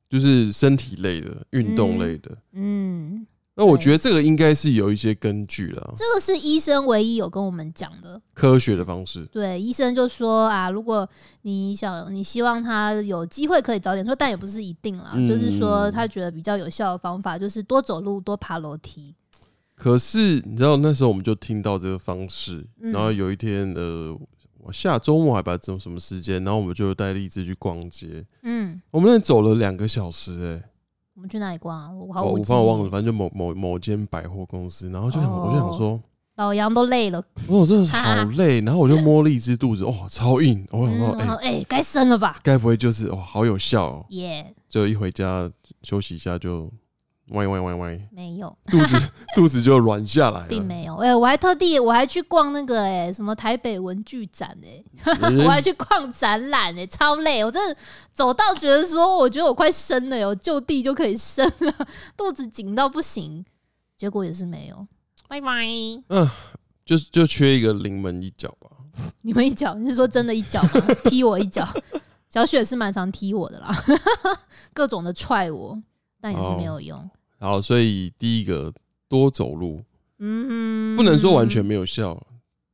Speaker 2: 就是身体类的、运动类的。
Speaker 1: 嗯，
Speaker 2: 那我
Speaker 1: 对
Speaker 2: 觉得这个应该是有一些根据啦，
Speaker 1: 这个是医生唯一有跟我们讲的。
Speaker 2: 科学的方式。
Speaker 1: 对，医生就说啊，如果你想，你希望他有机会可以早点说，但也不是一定啦，
Speaker 2: 嗯
Speaker 1: 就是说他觉得比较有效的方法就是多走路，多爬楼梯。
Speaker 2: 可是你知道那时候我们就听到这个方式，
Speaker 1: 嗯
Speaker 2: 然后有一天呃，我下周末还把这种什么时间，然后我们就带荔枝去逛街，
Speaker 1: 嗯，
Speaker 2: 我们那走了两个小时哎、
Speaker 1: 我们去哪里逛啊？我好
Speaker 2: 我
Speaker 1: 无
Speaker 2: 哦我
Speaker 1: 记
Speaker 2: 反正我忘
Speaker 1: 忆
Speaker 2: 了，反正就某某某间百货公司，然后就想，
Speaker 1: 哦
Speaker 2: 我就想
Speaker 1: <laughs>
Speaker 2: 说，
Speaker 1: 老杨都累了，
Speaker 2: 我说我真的好累，然后我就摸荔枝肚子，哦，超硬，我想
Speaker 1: 嗯，
Speaker 2: 说，
Speaker 1: 然后
Speaker 2: 哎，
Speaker 1: 哎，该生了吧？
Speaker 2: 该不会就是哦，好有效哦，
Speaker 1: 也
Speaker 2: 就一回家休息一下就歪歪歪歪，
Speaker 1: 没有，
Speaker 2: 肚子 <laughs> 肚子就软下来了，
Speaker 1: 并没有。哎，我还特地我还去逛那个哎什么台北文具展哎， <laughs> 我还
Speaker 2: 哎，
Speaker 1: 去逛展览哎，超累，我真的走到觉得说，我觉得我快生了，我就地就可以生了，肚子紧到不行，结果也是没有。拜拜！
Speaker 2: 就是就缺一个临门一脚吧。
Speaker 1: 你们一脚，你是说真的一脚吗？踢我一脚，小雪是蛮常踢我的啦， <laughs> 各种的踹我，但也是
Speaker 2: 哦
Speaker 1: 没有用。
Speaker 2: 好，所以第一个多走路，
Speaker 1: 嗯，
Speaker 2: 不能说完全。没有效，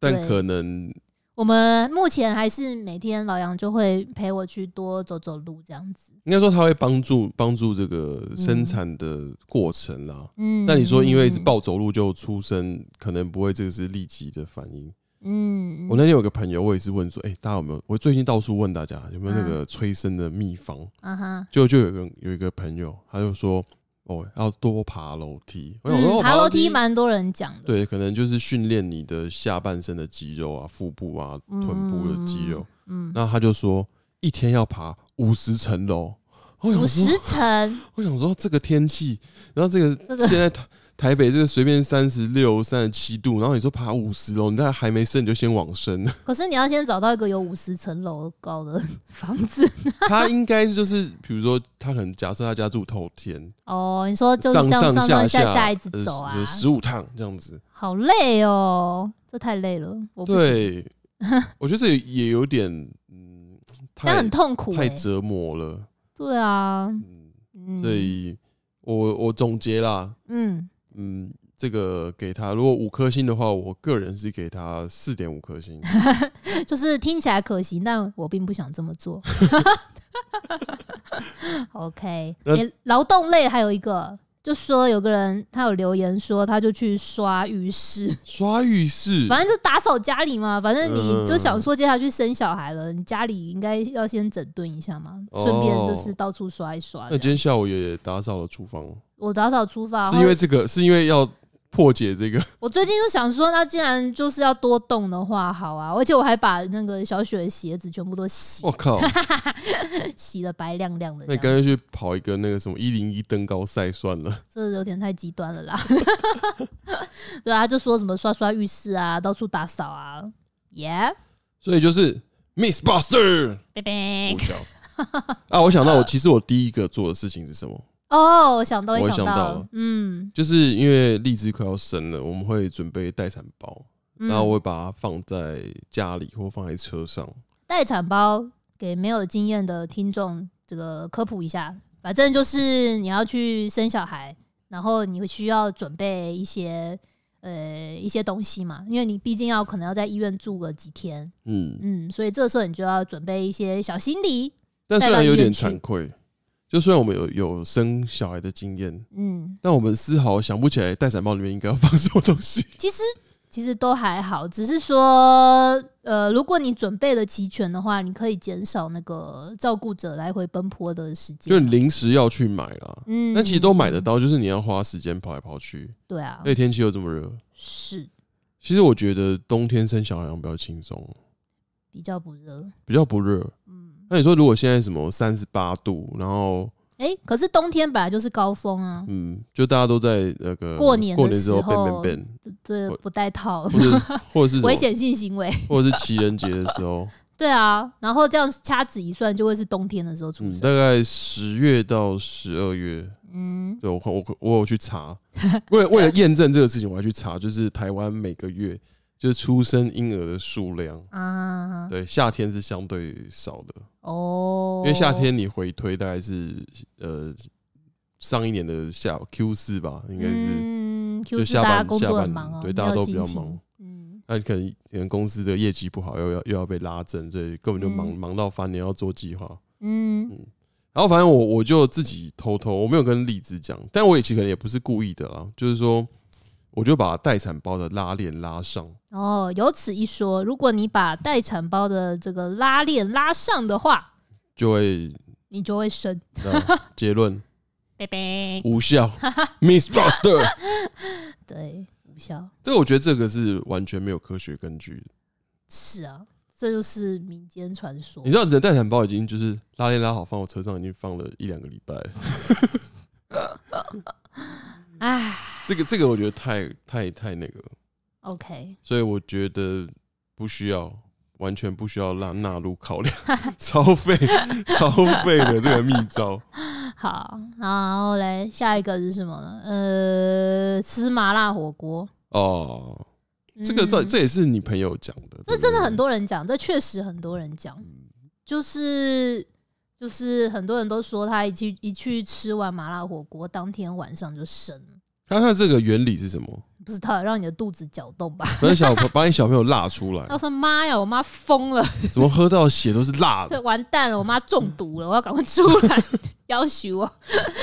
Speaker 2: 但
Speaker 1: 对
Speaker 2: 可能
Speaker 1: 我们目前还是每天老杨就会陪我去多走走路这样子。
Speaker 2: 应该说它会帮助帮助这个生产的过程啦。
Speaker 1: 嗯，
Speaker 2: 但你说因为是暴走路就出生，可能不会这个是立即的反应。
Speaker 1: 嗯，嗯，
Speaker 2: 我那天有个朋友，我也是问说，哎、大家有没有？我最近到处问大家有没有那
Speaker 1: 嗯
Speaker 2: 个催生的秘方，
Speaker 1: 啊哈，
Speaker 2: 就就有个有一个朋友，他就说，哦，要多爬楼梯。我想说，
Speaker 1: 嗯
Speaker 2: 哦
Speaker 1: 爬楼梯？蛮多人讲的。
Speaker 2: 对，可能就是训练你的下半身的肌肉啊、腹部啊、
Speaker 1: 嗯
Speaker 2: 臀部的肌肉。
Speaker 1: 嗯，
Speaker 2: 那他就说，一天要爬五十层楼。我想
Speaker 1: 五
Speaker 2: 说
Speaker 1: 十层，
Speaker 2: 我想说这个天气，然后这个
Speaker 1: 这个
Speaker 2: 现在台台北这个随便三十六、三十七度，然后你说爬五十楼，你大概还没升你 <laughs> 就先往生，
Speaker 1: 可是你要先找到一个有五十层楼高的 <laughs> 房子
Speaker 2: 他应该就是比如说他可能假设他家住透天，
Speaker 1: 哦。你说就是
Speaker 2: 上
Speaker 1: 上上
Speaker 2: 下
Speaker 1: 下
Speaker 2: 下
Speaker 1: 一直 <laughs> 走啊，
Speaker 2: 十五趟这样子，
Speaker 1: 好累哦，这太累了，我不行，
Speaker 2: 对，我觉得这也有点嗯，
Speaker 1: 这样
Speaker 2: 太
Speaker 1: 很痛苦欸。
Speaker 2: 太折磨了，
Speaker 1: 对啊，
Speaker 2: 嗯，
Speaker 1: 嗯，
Speaker 2: 所以我我总结啦，
Speaker 1: 嗯，
Speaker 2: 嗯，这个给他，如果五颗星的话，我个人是给他四点五
Speaker 1: <laughs>
Speaker 2: 颗星。
Speaker 1: 就是听起来可行，但我并不想这么做。OK，
Speaker 2: 那
Speaker 1: 诶劳、动类还有一个，就说有个人他有留言说，他就去刷浴室，
Speaker 2: 刷浴室，
Speaker 1: 反正就打扫家里嘛，反正你就
Speaker 2: 嗯
Speaker 1: 想说接下去生小孩了，你家里应该要先整顿一下嘛，顺、便就是
Speaker 2: 哦
Speaker 1: 到处刷一刷这
Speaker 2: 那
Speaker 1: 样。
Speaker 2: 今天下午也打扫了厨房，
Speaker 1: 我打扫厨房，
Speaker 2: 是因为这个，是因为要破解这个
Speaker 1: 我最近就想说，那既然就是要多动的话，好啊，而且我还把那个小雪的鞋子全部都洗 <laughs>
Speaker 2: 我靠，
Speaker 1: 洗的白亮亮的这
Speaker 2: 那
Speaker 1: 样，
Speaker 2: 干脆去跑一个那个什么一零一登高赛算了。
Speaker 1: 这有点太极端了啦。 <laughs> 对啊，他就说什么刷刷浴室啊，到处打扫啊，耶、yeah,，
Speaker 2: 所以就是 Miss Buster
Speaker 1: 拜拜
Speaker 2: 不。想啊，我想到我其实我第一个做的事情是什么？
Speaker 1: 哦，我想到，
Speaker 2: 我也
Speaker 1: 想
Speaker 2: 想到
Speaker 1: 了
Speaker 2: 了，
Speaker 1: 嗯，
Speaker 2: 就是因为荔枝快要生了，我们会准备待产包，
Speaker 1: 嗯
Speaker 2: 然后我会把它放在家里或放在车上。
Speaker 1: 待产包给没有经验的听众这个科普一下，反正就是你要去生小孩，然后你会需要准备一些呃一些东西嘛，因为你毕竟要可能要在医院住个几天，
Speaker 2: 嗯，
Speaker 1: 嗯，所以这时候你就要准备一些小行李，
Speaker 2: 但虽
Speaker 1: 带到
Speaker 2: 然
Speaker 1: 医
Speaker 2: 有点
Speaker 1: 院去
Speaker 2: 惭愧，就虽然我们有有生小孩的经验，
Speaker 1: 嗯，
Speaker 2: 但我们丝毫想不起来待产包里面应该要放什么东
Speaker 1: <laughs>
Speaker 2: 西。
Speaker 1: 其实其实都还好，只是说，呃，如果你准备的齐全的话，你可以减少那个照顾者来回奔波的时间。
Speaker 2: 就你临时要去买啦，
Speaker 1: 嗯
Speaker 2: 那其实都买得。到，就是你要花时间跑来跑去。
Speaker 1: 对啊
Speaker 2: 而，且天气又这么热，
Speaker 1: 是
Speaker 2: 其实我觉得冬天生小孩好像比较轻松，
Speaker 1: 比较不热。
Speaker 2: 比较不热。
Speaker 1: 嗯，
Speaker 2: 那你说如果现在什么三十八度，然后
Speaker 1: 哎、可是冬天本来就是高峰啊，
Speaker 2: 嗯，就大家都在那个
Speaker 1: 过年的
Speaker 2: 过年之后
Speaker 1: 时候
Speaker 2: 变变
Speaker 1: 这
Speaker 2: 我
Speaker 1: 不带套
Speaker 2: 变，，或者或
Speaker 1: <laughs>
Speaker 2: 者是什么哦
Speaker 1: 危，险性行为。 <laughs>
Speaker 2: 或者是情人节的时候，
Speaker 1: 对啊，然后这样掐指一算，就会是冬天的时候出
Speaker 2: 嗯，
Speaker 1: 生。
Speaker 2: 大概十月到十二月，
Speaker 1: 嗯，
Speaker 2: 对我看我我有去查， <laughs> 为了为了验证这个事情，我还去查，就是台湾每个月就是出生婴儿的数量。
Speaker 1: 啊，
Speaker 2: 对，夏天是相对少的，
Speaker 1: 哦
Speaker 2: 因，为夏天你回推大概是呃上一年的下 Q 四吧，应该是，
Speaker 1: 嗯，Q
Speaker 2: 就
Speaker 1: 四
Speaker 2: 下
Speaker 1: 大家
Speaker 2: 半
Speaker 1: 工
Speaker 2: 下
Speaker 1: 作很
Speaker 2: 半
Speaker 1: 忙
Speaker 2: 年
Speaker 1: 哦，
Speaker 2: 对大家
Speaker 1: 没有
Speaker 2: 都比较
Speaker 1: 心情
Speaker 2: 忙。
Speaker 1: 嗯，
Speaker 2: 那可能可能公司的业绩不好，又要又要被拉正，所以根本就忙、
Speaker 1: 嗯
Speaker 2: 忙到翻年要做计划。
Speaker 1: 嗯
Speaker 2: 然后反正我我就自己偷偷，我没有跟荔枝讲，但我也其实可能也不是故意的啦，就是说我就把待产包的拉链拉上，
Speaker 1: 哦，有此一说，如果你把待产包的这个拉链拉上的话，
Speaker 2: 就会
Speaker 1: 你就会生。
Speaker 2: 呃结论
Speaker 1: 拜拜。
Speaker 2: 无效，Miss Buster。
Speaker 1: 对，无效。
Speaker 2: 这我觉得这个是完全没有科学根据的。
Speaker 1: 是啊，这就是民间传说
Speaker 2: 你。知道，人待产包已经就是拉链拉好放我车上，已经放了一两个礼拜了。
Speaker 1: 唉
Speaker 2: 这个这个我觉得太太太那个了，
Speaker 1: ，OK，
Speaker 2: 所以我觉得不需要，完全不需要纳纳入考
Speaker 1: <laughs>
Speaker 2: 量，超费超费的这个秘招。
Speaker 1: 好，然后来下一个是什么呢？呃，吃麻辣火锅。
Speaker 2: 哦，这个这
Speaker 1: 嗯
Speaker 2: 这也是你朋友讲的，
Speaker 1: 这
Speaker 2: 对不对
Speaker 1: 真的很多人讲，这确实很多人讲，
Speaker 2: 嗯
Speaker 1: 就是就是很多人都说他一去一去吃完麻辣火锅，当天晚上就生了。
Speaker 2: 他看这个原理是什么？
Speaker 1: 不知道让你的肚子搅动
Speaker 2: <laughs>
Speaker 1: 吧。
Speaker 2: 把小朋把你小朋友辣出来
Speaker 1: 他，说：“妈呀，我妈疯
Speaker 2: <laughs>
Speaker 1: 了，
Speaker 2: 怎么喝到血都是辣
Speaker 1: 这
Speaker 2: 的？
Speaker 1: 完蛋了，我妈中毒了，我要赶快出来要许我。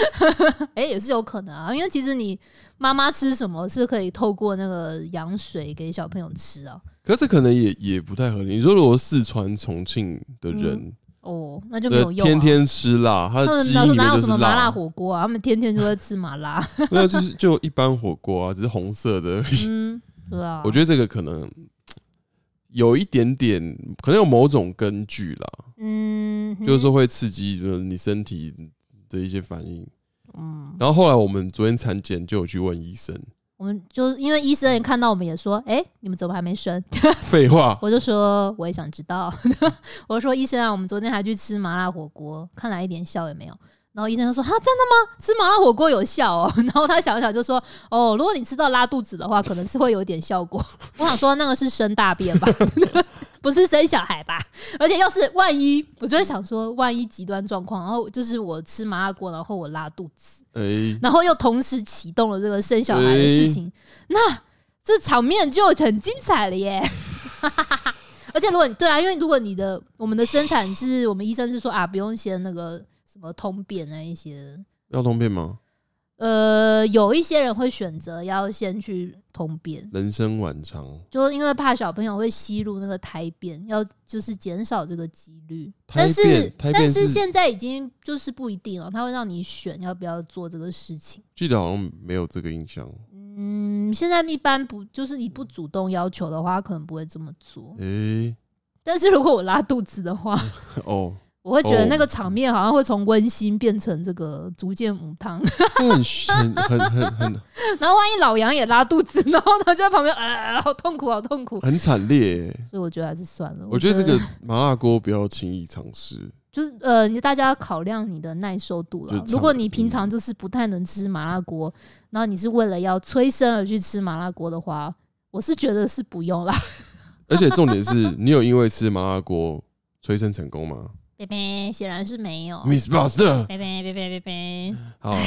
Speaker 1: <laughs> 哎、也是有可能啊，因为其实你妈妈吃什么是可以透过那个羊水给小朋友吃啊。
Speaker 2: 可是可能也也不太合理。你说如果四川、重庆的人，
Speaker 1: 哦，那嗯就没
Speaker 2: 对，
Speaker 1: 有用、啊。
Speaker 2: 天天吃辣，他
Speaker 1: 他
Speaker 2: 的
Speaker 1: 们
Speaker 2: 基
Speaker 1: 哪
Speaker 2: 因
Speaker 1: 有
Speaker 2: 里面
Speaker 1: 哪有
Speaker 2: 就
Speaker 1: 什
Speaker 2: 是
Speaker 1: 么麻辣
Speaker 2: 辣，
Speaker 1: 火锅啊？他们天天都在吃麻
Speaker 2: <laughs>
Speaker 1: 辣。
Speaker 2: 那就是就一般火锅啊，只是红
Speaker 1: <laughs>
Speaker 2: 色的而已。
Speaker 1: 嗯，对啊。
Speaker 2: 我觉得这个可能有一点点，可能有某种根据啦，
Speaker 1: 嗯，
Speaker 2: 就是说会刺激就是你身体的一些反应。
Speaker 1: 嗯，
Speaker 2: 然后后来我们昨天产检就有去问医生，
Speaker 1: 我们就是因为医生也看到我们也说，哎、你们怎么还没生？
Speaker 2: 废话，
Speaker 1: 我就说我也想知道， <laughs> 我就说医生啊，我们昨天还去吃麻辣火锅，看来一点效也没有。然后医生就说：“啊哈，真的吗？吃麻辣火锅有效哦。” <laughs> 然后他想一想就说：“哦，如果你吃到拉肚子的话， <laughs> 可能是会有一点效果。”我想说那个是生大便吧，不是生小孩吧？而且要是万一，我就会想说，万一极端状况，然后就是我吃麻辣锅，然后我拉肚子，
Speaker 2: 哎、
Speaker 1: 然后又同时启动了这个生小孩的事情，那这场面就很精彩了耶！而且如果你对啊，因为如果你的我们的生产是我们医生是说啊，不用先那个什么通便啊那一些的，
Speaker 2: 要通便吗？
Speaker 1: 呃，有一些人会选择要先去通便，
Speaker 2: 人生晚长，
Speaker 1: 就是因为怕小朋友会吸入那个胎便，要就是减少这个几率。
Speaker 2: 胎
Speaker 1: 但是
Speaker 2: 便胎
Speaker 1: 但
Speaker 2: 便
Speaker 1: 是
Speaker 2: 是
Speaker 1: 现在已经就是不一定了，他会让你选要不要做这个事情。
Speaker 2: 记得好像没有这个印象。
Speaker 1: 嗯，现在一般不就是你不主动要求的话，可能不会这么做。
Speaker 2: 哎、
Speaker 1: 但是如果我拉肚子的话，
Speaker 2: 哦，
Speaker 1: 我会觉得
Speaker 2: 哦
Speaker 1: 那个场面好像会从温馨变成这个逐渐母汤。 <laughs>
Speaker 2: 那很很很很很
Speaker 1: 然后万一老杨也拉肚子，然后他就在旁边，呃，好痛苦，好痛苦。
Speaker 2: 很惨烈、欸。
Speaker 1: 所以我觉得还是算了。
Speaker 2: 我觉得这个麻辣锅不要轻易尝试。
Speaker 1: 就是呃，你大家要考量你的耐受度了
Speaker 2: 就嗯差。不多
Speaker 1: 如果你平常就是不太能吃麻辣锅，然后你是为了要催生而去吃麻辣锅的话，我是觉得是不用啦。
Speaker 2: 而且重点是你有因为吃麻辣锅催生成功吗
Speaker 1: <laughs> 贝贝显然是没有。
Speaker 2: ？Miss 哦 Buster，
Speaker 1: 贝贝贝贝贝贝，
Speaker 2: 好哦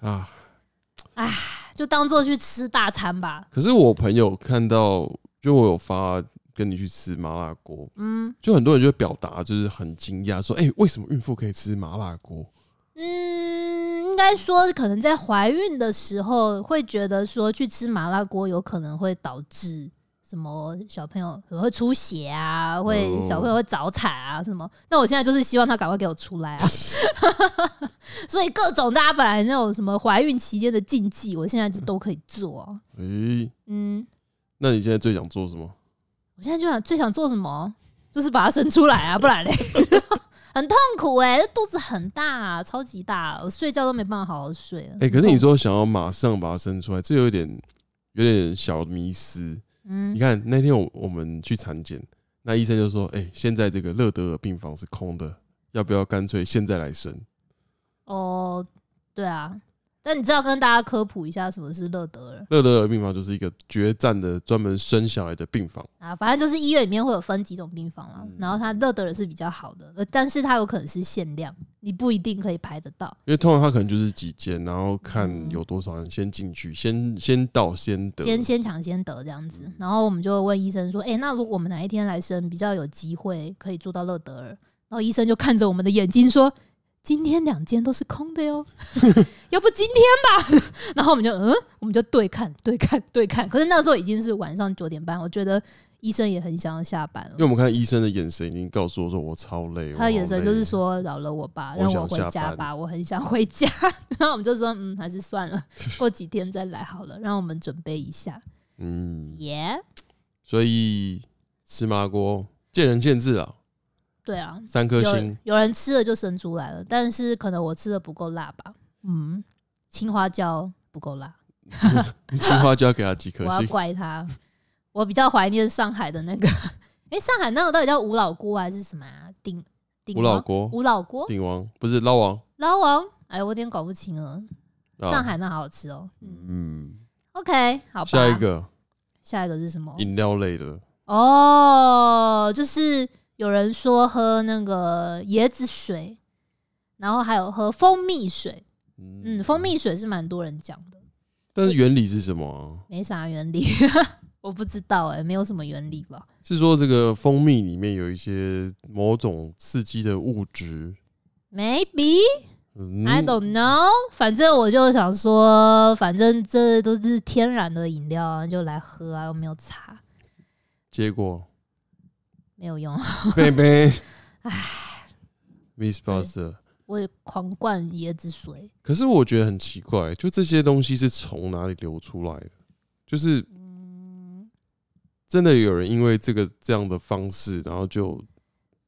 Speaker 2: 啊。
Speaker 1: 就当做去吃大餐吧。
Speaker 2: 可是我朋友看到，就我有发跟你去吃麻辣锅，
Speaker 1: 嗯
Speaker 2: 就很多人就表达就是很惊讶，说：“哎、为什么孕妇可以吃麻辣锅
Speaker 1: 嗯，应该说可能在怀孕的时候会觉得说去吃麻辣锅有可能会导致。什么小朋友会出血啊，会
Speaker 2: 哦
Speaker 1: 小朋友会早产啊，什么？那我现在就是希望他赶快给我出来啊！所以各种大家本来那种什么怀孕期间的禁忌，我现在就都可以做啊。？”
Speaker 2: 哎、
Speaker 1: 嗯，
Speaker 2: 那你现在最想做什么？
Speaker 1: 我现在就想最想做什么，就是把它生出来啊，不然嘞， <laughs> 很痛苦哎、这肚子很大、超级大，我睡觉都没办法好好睡了。
Speaker 2: 哎、可是你说想要马上把它生出来，这有一点有点小迷失。
Speaker 1: 嗯
Speaker 2: 你，看那天我我们去产检，那医生就说：“哎、现在这个乐德尔病房是空的，要不要干脆现在来生
Speaker 1: 哦，对啊，但你知道跟大家科普一下什么是乐德尔？”
Speaker 2: 乐德尔病房就是一个决战的专门生小孩的病房。
Speaker 1: 啊，反正就是医院里面会有分几种病房啦
Speaker 2: 嗯，
Speaker 1: 然后它乐德尔是比较好的，呃但是它有可能是限量，你不一定可以排得到。
Speaker 2: 因为通常他可能就是几间，然后看
Speaker 1: 嗯
Speaker 2: 有多少人先进去，先先到先得。嗯
Speaker 1: 先先抢先得这样子。然后我们就问医生说：“哎、那如果我们哪一天来生，比较有机会可以做到乐德尔？”然后医生就看着我们的眼睛说：“今天两间都是空的哟， <laughs> 要不今天吧？” <laughs> 然后我们就嗯，我们就对看对看对看。可是那时候已经是晚上九点半，我觉得医生也很想要下班
Speaker 2: 因为
Speaker 1: 了。
Speaker 2: 我们看医生的眼神已经告诉我说我超累，
Speaker 1: 他的眼神就是
Speaker 2: 我好
Speaker 1: 说饶了我吧，
Speaker 2: 我
Speaker 1: 让
Speaker 2: 想
Speaker 1: 回
Speaker 2: 下
Speaker 1: 家
Speaker 2: 班
Speaker 1: 吧，我很想回家。 <laughs> 然后我们就说嗯，还是算
Speaker 2: <laughs>
Speaker 1: 了，过几天再来好了，让我们准备一下。
Speaker 2: 累，嗯，
Speaker 1: 耶、
Speaker 2: 所以吃麻辣锅见仁见智啊，
Speaker 1: 对啊，
Speaker 2: 三颗
Speaker 1: 有
Speaker 2: 星。
Speaker 1: 有人吃了就生出来了，但是可能我吃的不够辣吧。嗯，青花椒不够辣，
Speaker 2: 你青花椒给他几颗
Speaker 1: 我要
Speaker 2: 星？
Speaker 1: 怪他。我比较怀念上海的那个，诶，上海那个到底叫五老锅还是什么啊？鼎鼎
Speaker 2: 五老
Speaker 1: 王
Speaker 2: 锅、
Speaker 1: 五老锅、
Speaker 2: 鼎王不是捞王。
Speaker 1: 老王，哎，我有点搞不清了。
Speaker 2: 啊
Speaker 1: 上，海那好好吃哦。嗯
Speaker 2: 嗯，
Speaker 1: ，OK，好吧。
Speaker 2: 下一，个
Speaker 1: 下一个是什么？
Speaker 2: 饮料类的，
Speaker 1: 哦，就是有人说喝那个椰子水，然后还有喝蜂蜜水。嗯，蜂，蜜水是蛮多人讲的，
Speaker 2: 但是原理是什么啊？
Speaker 1: 没啥原理， <laughs> 我不知道哎、没有什么原理吧？
Speaker 2: 是说这个蜂蜜里面有一些某种刺激的物质。
Speaker 1: Maybe
Speaker 2: 嗯
Speaker 1: I don't know，、反正我就想说，反正这都是天然的饮料啊，就来喝啊，又没有茶，
Speaker 2: 结果，
Speaker 1: 没有用。啊
Speaker 2: <laughs> 贝贝，，Miss Buster。
Speaker 1: 我也狂灌椰子水，
Speaker 2: 可是我觉得很奇怪，就这些东西是从哪里流出来的？就是
Speaker 1: 嗯，
Speaker 2: 真的有人因为这个这样的方式，然后就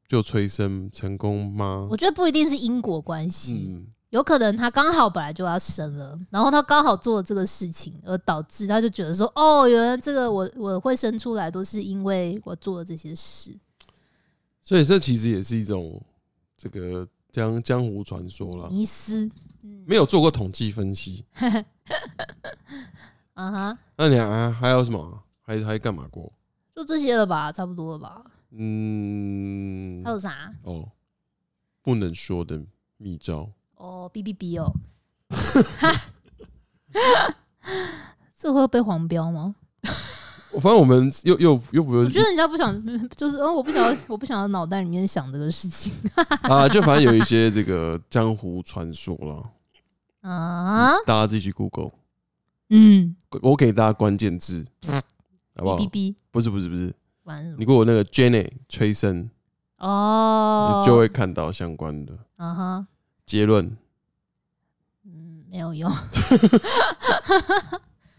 Speaker 2: 就催生成功吗
Speaker 1: 我？觉得不一定是因果关系，
Speaker 2: 嗯，
Speaker 1: 有可能他刚好本来就要生了，然后他刚好做了这个事情，而导致他就觉得说，哦，原来这个我我会生出来都是因为我做了这些事。
Speaker 2: 所以这其实也是一种这个江江湖传说啦。
Speaker 1: 迷失。嗯
Speaker 2: 没有做过统计分析，
Speaker 1: 啊哈，
Speaker 2: 那你还还有什么？还还干嘛过？
Speaker 1: 就这些了吧，差不多了吧。
Speaker 2: 嗯，
Speaker 1: 还有啥？
Speaker 2: 哦，不能说的秘招，
Speaker 1: 哦哔哔哔哦， <laughs> 这会被黄标吗？
Speaker 2: 反正我们又又又不
Speaker 1: 我
Speaker 2: 是
Speaker 1: 觉得人家不想， <laughs> 就是嗯，我不想要，我不想要脑袋里面想这个事情
Speaker 2: 啊，就反正有一些这个江湖传说啦，
Speaker 1: 啊。
Speaker 2: 大家自己去 Google，
Speaker 1: 嗯，
Speaker 2: 我给大家关键字，好不好
Speaker 1: 哔？哔哔，
Speaker 2: 不是不是不是，
Speaker 1: 玩什
Speaker 2: 你
Speaker 1: 么？
Speaker 2: 给我那个 Jenny 催生，
Speaker 1: 哦，
Speaker 2: 你就会看到相关的
Speaker 1: 啊哈，
Speaker 2: 结论。
Speaker 1: 嗯，没有用。 <laughs>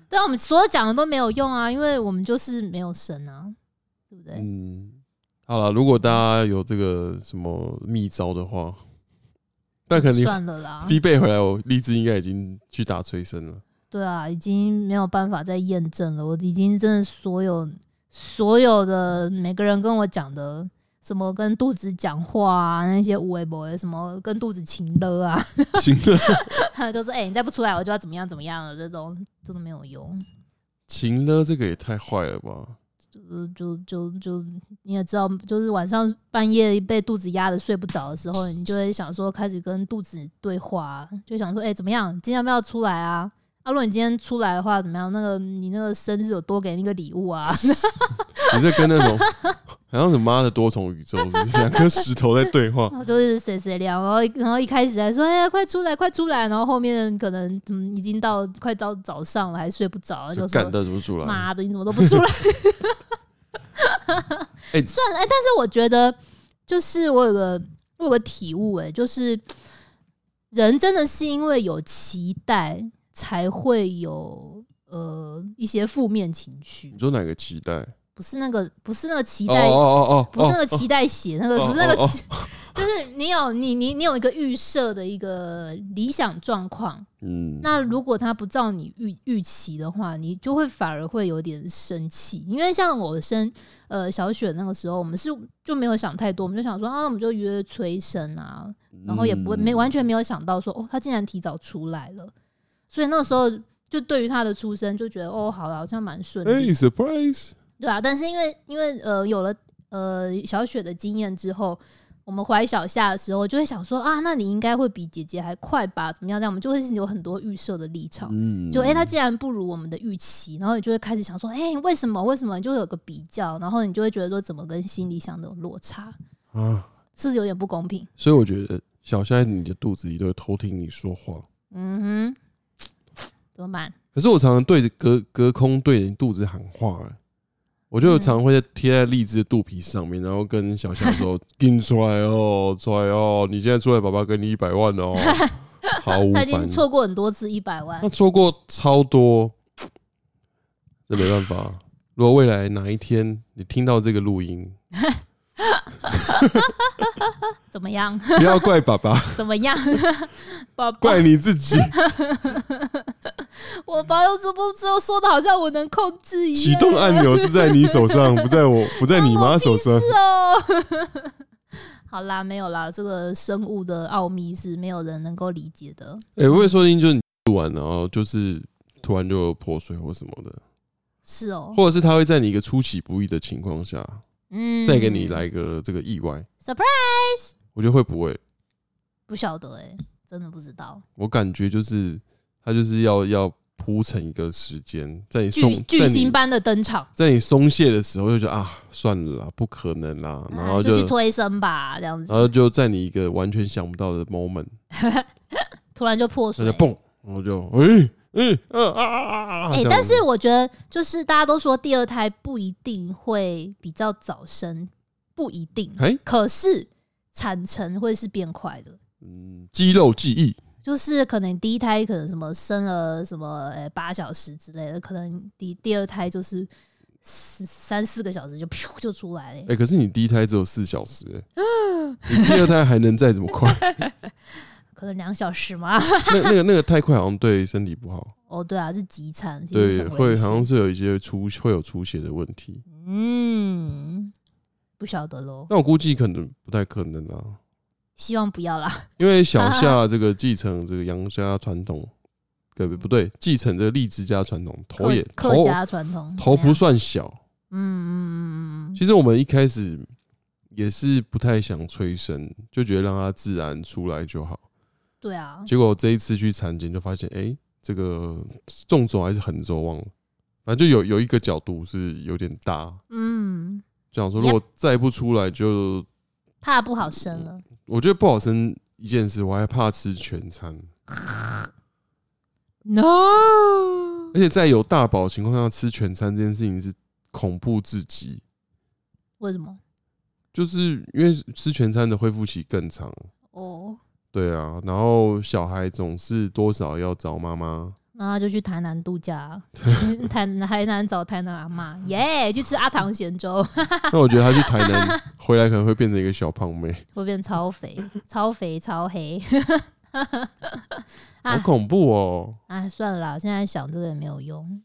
Speaker 1: 对啊，我们所有讲的都没有用啊，因为我们就是没有神啊，对不对？
Speaker 2: 嗯，好了，如果大家有这个什么秘招的话，但肯定
Speaker 1: 算了啊啦，
Speaker 2: 飞背回来，我荔枝应该已经去打催生了。 <laughs>
Speaker 1: 对啊，已经没有办法再验证了。我已经真的所有所有的每个人跟我讲的什么跟肚子讲话啊，那些无微博什么跟肚子情勒啊， <laughs>
Speaker 2: 情乐
Speaker 1: 就是哎、欸你再不出来我就要怎么样怎么样了，这种真的没有用。
Speaker 2: 情乐这个也太坏了吧！
Speaker 1: 就就就就你也知道，就是晚上半夜被肚子压的睡不着的时候，你就会想说开始跟肚子对话，就想说，哎、怎么样？今天要不要出来啊？啊，如果你今天出来的话，怎么样？那个你那个生日有多给你一个礼物啊？
Speaker 2: 你这跟那种 <laughs> 好像什么妈的多重宇宙是不是？两颗石头在
Speaker 1: <laughs>
Speaker 2: 对话，
Speaker 1: 然后就是谁谁聊，然后然后一开始还说，哎呀，快出来，快出来，然后后面可能嗯已经到快到早上了，还睡不着，
Speaker 2: 就
Speaker 1: 就
Speaker 2: 干
Speaker 1: 说。
Speaker 2: 得怎么出来？
Speaker 1: 妈的，你怎么都不出来？
Speaker 2: <laughs> 哎
Speaker 1: <laughs> 算了，哎、但是我觉得，就是我有个我有个体悟、哎，就是人真的是因为有期待，才会有呃一些负面情绪
Speaker 2: 你，说哪个期待？哦
Speaker 1: 不是那个，不是那个期
Speaker 2: 哦
Speaker 1: 待，
Speaker 2: 哦哦，
Speaker 1: 不是那个
Speaker 2: 哦
Speaker 1: 期待写那个，
Speaker 2: 哦
Speaker 1: 不是那
Speaker 2: 哦
Speaker 1: 个期， <laughs> 就是你有你你你有一个预设的一个理想状况，
Speaker 2: 嗯，
Speaker 1: 那如果他不照你预预期的话，你就会反而会有点生气，因为像我生呃小雪那个时候，我们是就没有想太多，我们就想说啊，我们就约催生啊，然后也不会没完全没有想到说哦，他竟然提早出来了，所以那个时候就对于他的出生就觉得哦，好了，好像蛮顺
Speaker 2: 嗯。哎
Speaker 1: 利，
Speaker 2: ，surprise！
Speaker 1: 对啊。但是因为因为呃有了呃小雪的经验之后。我们怀小夏的时候，就会想说啊，那你应该会比姐姐还快吧？怎么样？这样我们就会有很多预设的立场。
Speaker 2: 嗯，
Speaker 1: 就哎、欸他竟然不如我们的预期，然后你就会开始想说，哎、为什么？为什么？你就会有个比较，然后你就会觉得说，怎么跟心里想的有落差，
Speaker 2: 啊，
Speaker 1: 是不是有点不公平？
Speaker 2: 所以我觉得小夏在你的肚子里都会偷听你说话。
Speaker 1: 嗯哼，怎么办？
Speaker 2: 可是我常常对着隔隔空对你肚子喊话、欸，我就常常会在贴在荔枝的肚皮上面，然后跟小夏
Speaker 1: <laughs>
Speaker 2: 说：“跟出来哦，出来哦，你现在出来，爸爸给你一百万哦。”毫无
Speaker 1: 他已
Speaker 2: 反
Speaker 1: 经
Speaker 2: 应，
Speaker 1: 错过很多次一百万
Speaker 2: 那，错过超多，这没办法。如果未来哪一天你听到这个
Speaker 1: <laughs>
Speaker 2: 录音，
Speaker 1: 怎么样？ <laughs>
Speaker 2: 不要怪爸爸，
Speaker 1: 怎么样？ <laughs> 宝宝，
Speaker 2: 怪你自
Speaker 1: <laughs>
Speaker 2: 己。
Speaker 1: 我保佑这不这说的好像我能控制一
Speaker 2: 启
Speaker 1: 样。
Speaker 2: 动按钮是在你手上，不
Speaker 1: <laughs>
Speaker 2: 在我，不在你妈手上。
Speaker 1: 是哦。 <laughs> 好啦，没有啦，这个生物的奥秘是没有人能够理解的。
Speaker 2: 哎、会不会说不定就是你录完，然后就是突然就破碎或什么的，
Speaker 1: 是哦，
Speaker 2: 或者是他会在你一个出其不意的情况下，
Speaker 1: 嗯，
Speaker 2: 再给你来一个这个意外
Speaker 1: surprise，
Speaker 2: 我觉得会不会？
Speaker 1: 不晓得哎、真的不知道。
Speaker 2: 我感觉就是他就是要要铺成一个时间，在你松
Speaker 1: 巨巨
Speaker 2: 在
Speaker 1: 星
Speaker 2: 你
Speaker 1: 般的登场，
Speaker 2: 在你松懈的时候，就觉得啊，算了啦，不可能啦，然后
Speaker 1: 啊就去
Speaker 2: 就。啊
Speaker 1: 催生吧，这样子
Speaker 2: 然，后就在你一个完全想不到的 moment，
Speaker 1: 突然就破
Speaker 2: 那
Speaker 1: 水
Speaker 2: 就。蹦，然后就哎哎啊啊啊啊啊！
Speaker 1: 哎、
Speaker 2: 这样
Speaker 1: 但
Speaker 2: 子
Speaker 1: 是我觉得，就是大家都说第二胎不一定会比较早生，不一定，
Speaker 2: 哎
Speaker 1: 可是产程会是变快的。
Speaker 2: 嗯，肌肉记忆，
Speaker 1: 就是可能第一胎可能什么生了什么呃八、小时之类的，可能第第二胎就是四三四个小时就噗就出来了、
Speaker 2: 哎、可是你第一胎只有四
Speaker 1: <gasps>
Speaker 2: 小时、
Speaker 1: 啊
Speaker 2: 欸，你第二胎还能再怎
Speaker 1: <laughs>
Speaker 2: 么快？
Speaker 1: 可能两小时嘛。 <laughs>
Speaker 2: 那那个那个太快，好像对身体不好，
Speaker 1: 哦，对啊，是急产，其实很
Speaker 2: 对，
Speaker 1: 危
Speaker 2: 会好
Speaker 1: 险
Speaker 2: 像是有一些出会有出血的问题。
Speaker 1: 嗯，不晓得喽，
Speaker 2: 那我估计可能不太可能啦，
Speaker 1: 希望不要啦。
Speaker 2: 因为小夏这个继承这个杨家传统，对不对？继承这个荔枝家传统，头
Speaker 1: 客
Speaker 2: 也
Speaker 1: 客
Speaker 2: 头
Speaker 1: 家传统，啊
Speaker 2: 头
Speaker 1: 怎么
Speaker 2: 不
Speaker 1: 样
Speaker 2: 算小。
Speaker 1: 嗯嗯嗯嗯嗯，
Speaker 2: 其实我们一开始也是不太想催生，就觉得让它自然出来就好。
Speaker 1: 对啊，
Speaker 2: 结果这一次去产检就发现，哎、这个纵轴还是横轴忘了，反正就有有一个角度是有点大，
Speaker 1: 嗯，
Speaker 2: 就想说如果再不出来就，
Speaker 1: 怕不好生了。
Speaker 2: 我觉得不好生一件事，我还怕吃全餐，嗯
Speaker 1: No，
Speaker 2: 而且在有大宝的情况下吃全餐这件事情是恐怖至极，
Speaker 1: 为什么？
Speaker 2: 就是因为吃全餐的恢复期更长，
Speaker 1: 哦，
Speaker 2: 对啊，然后小孩总是多少要找妈妈，
Speaker 1: 那他就去台南度假啊，台台南找台南阿妈，耶、去吃阿唐咸粥， <laughs>
Speaker 2: 那我觉得他去台南回来可能会变成一个小胖妹，
Speaker 1: 会变超肥、超肥、超黑。 <laughs> 啊
Speaker 2: 好恐怖哦！
Speaker 1: 哎，算了啦，现在想这个也没有用，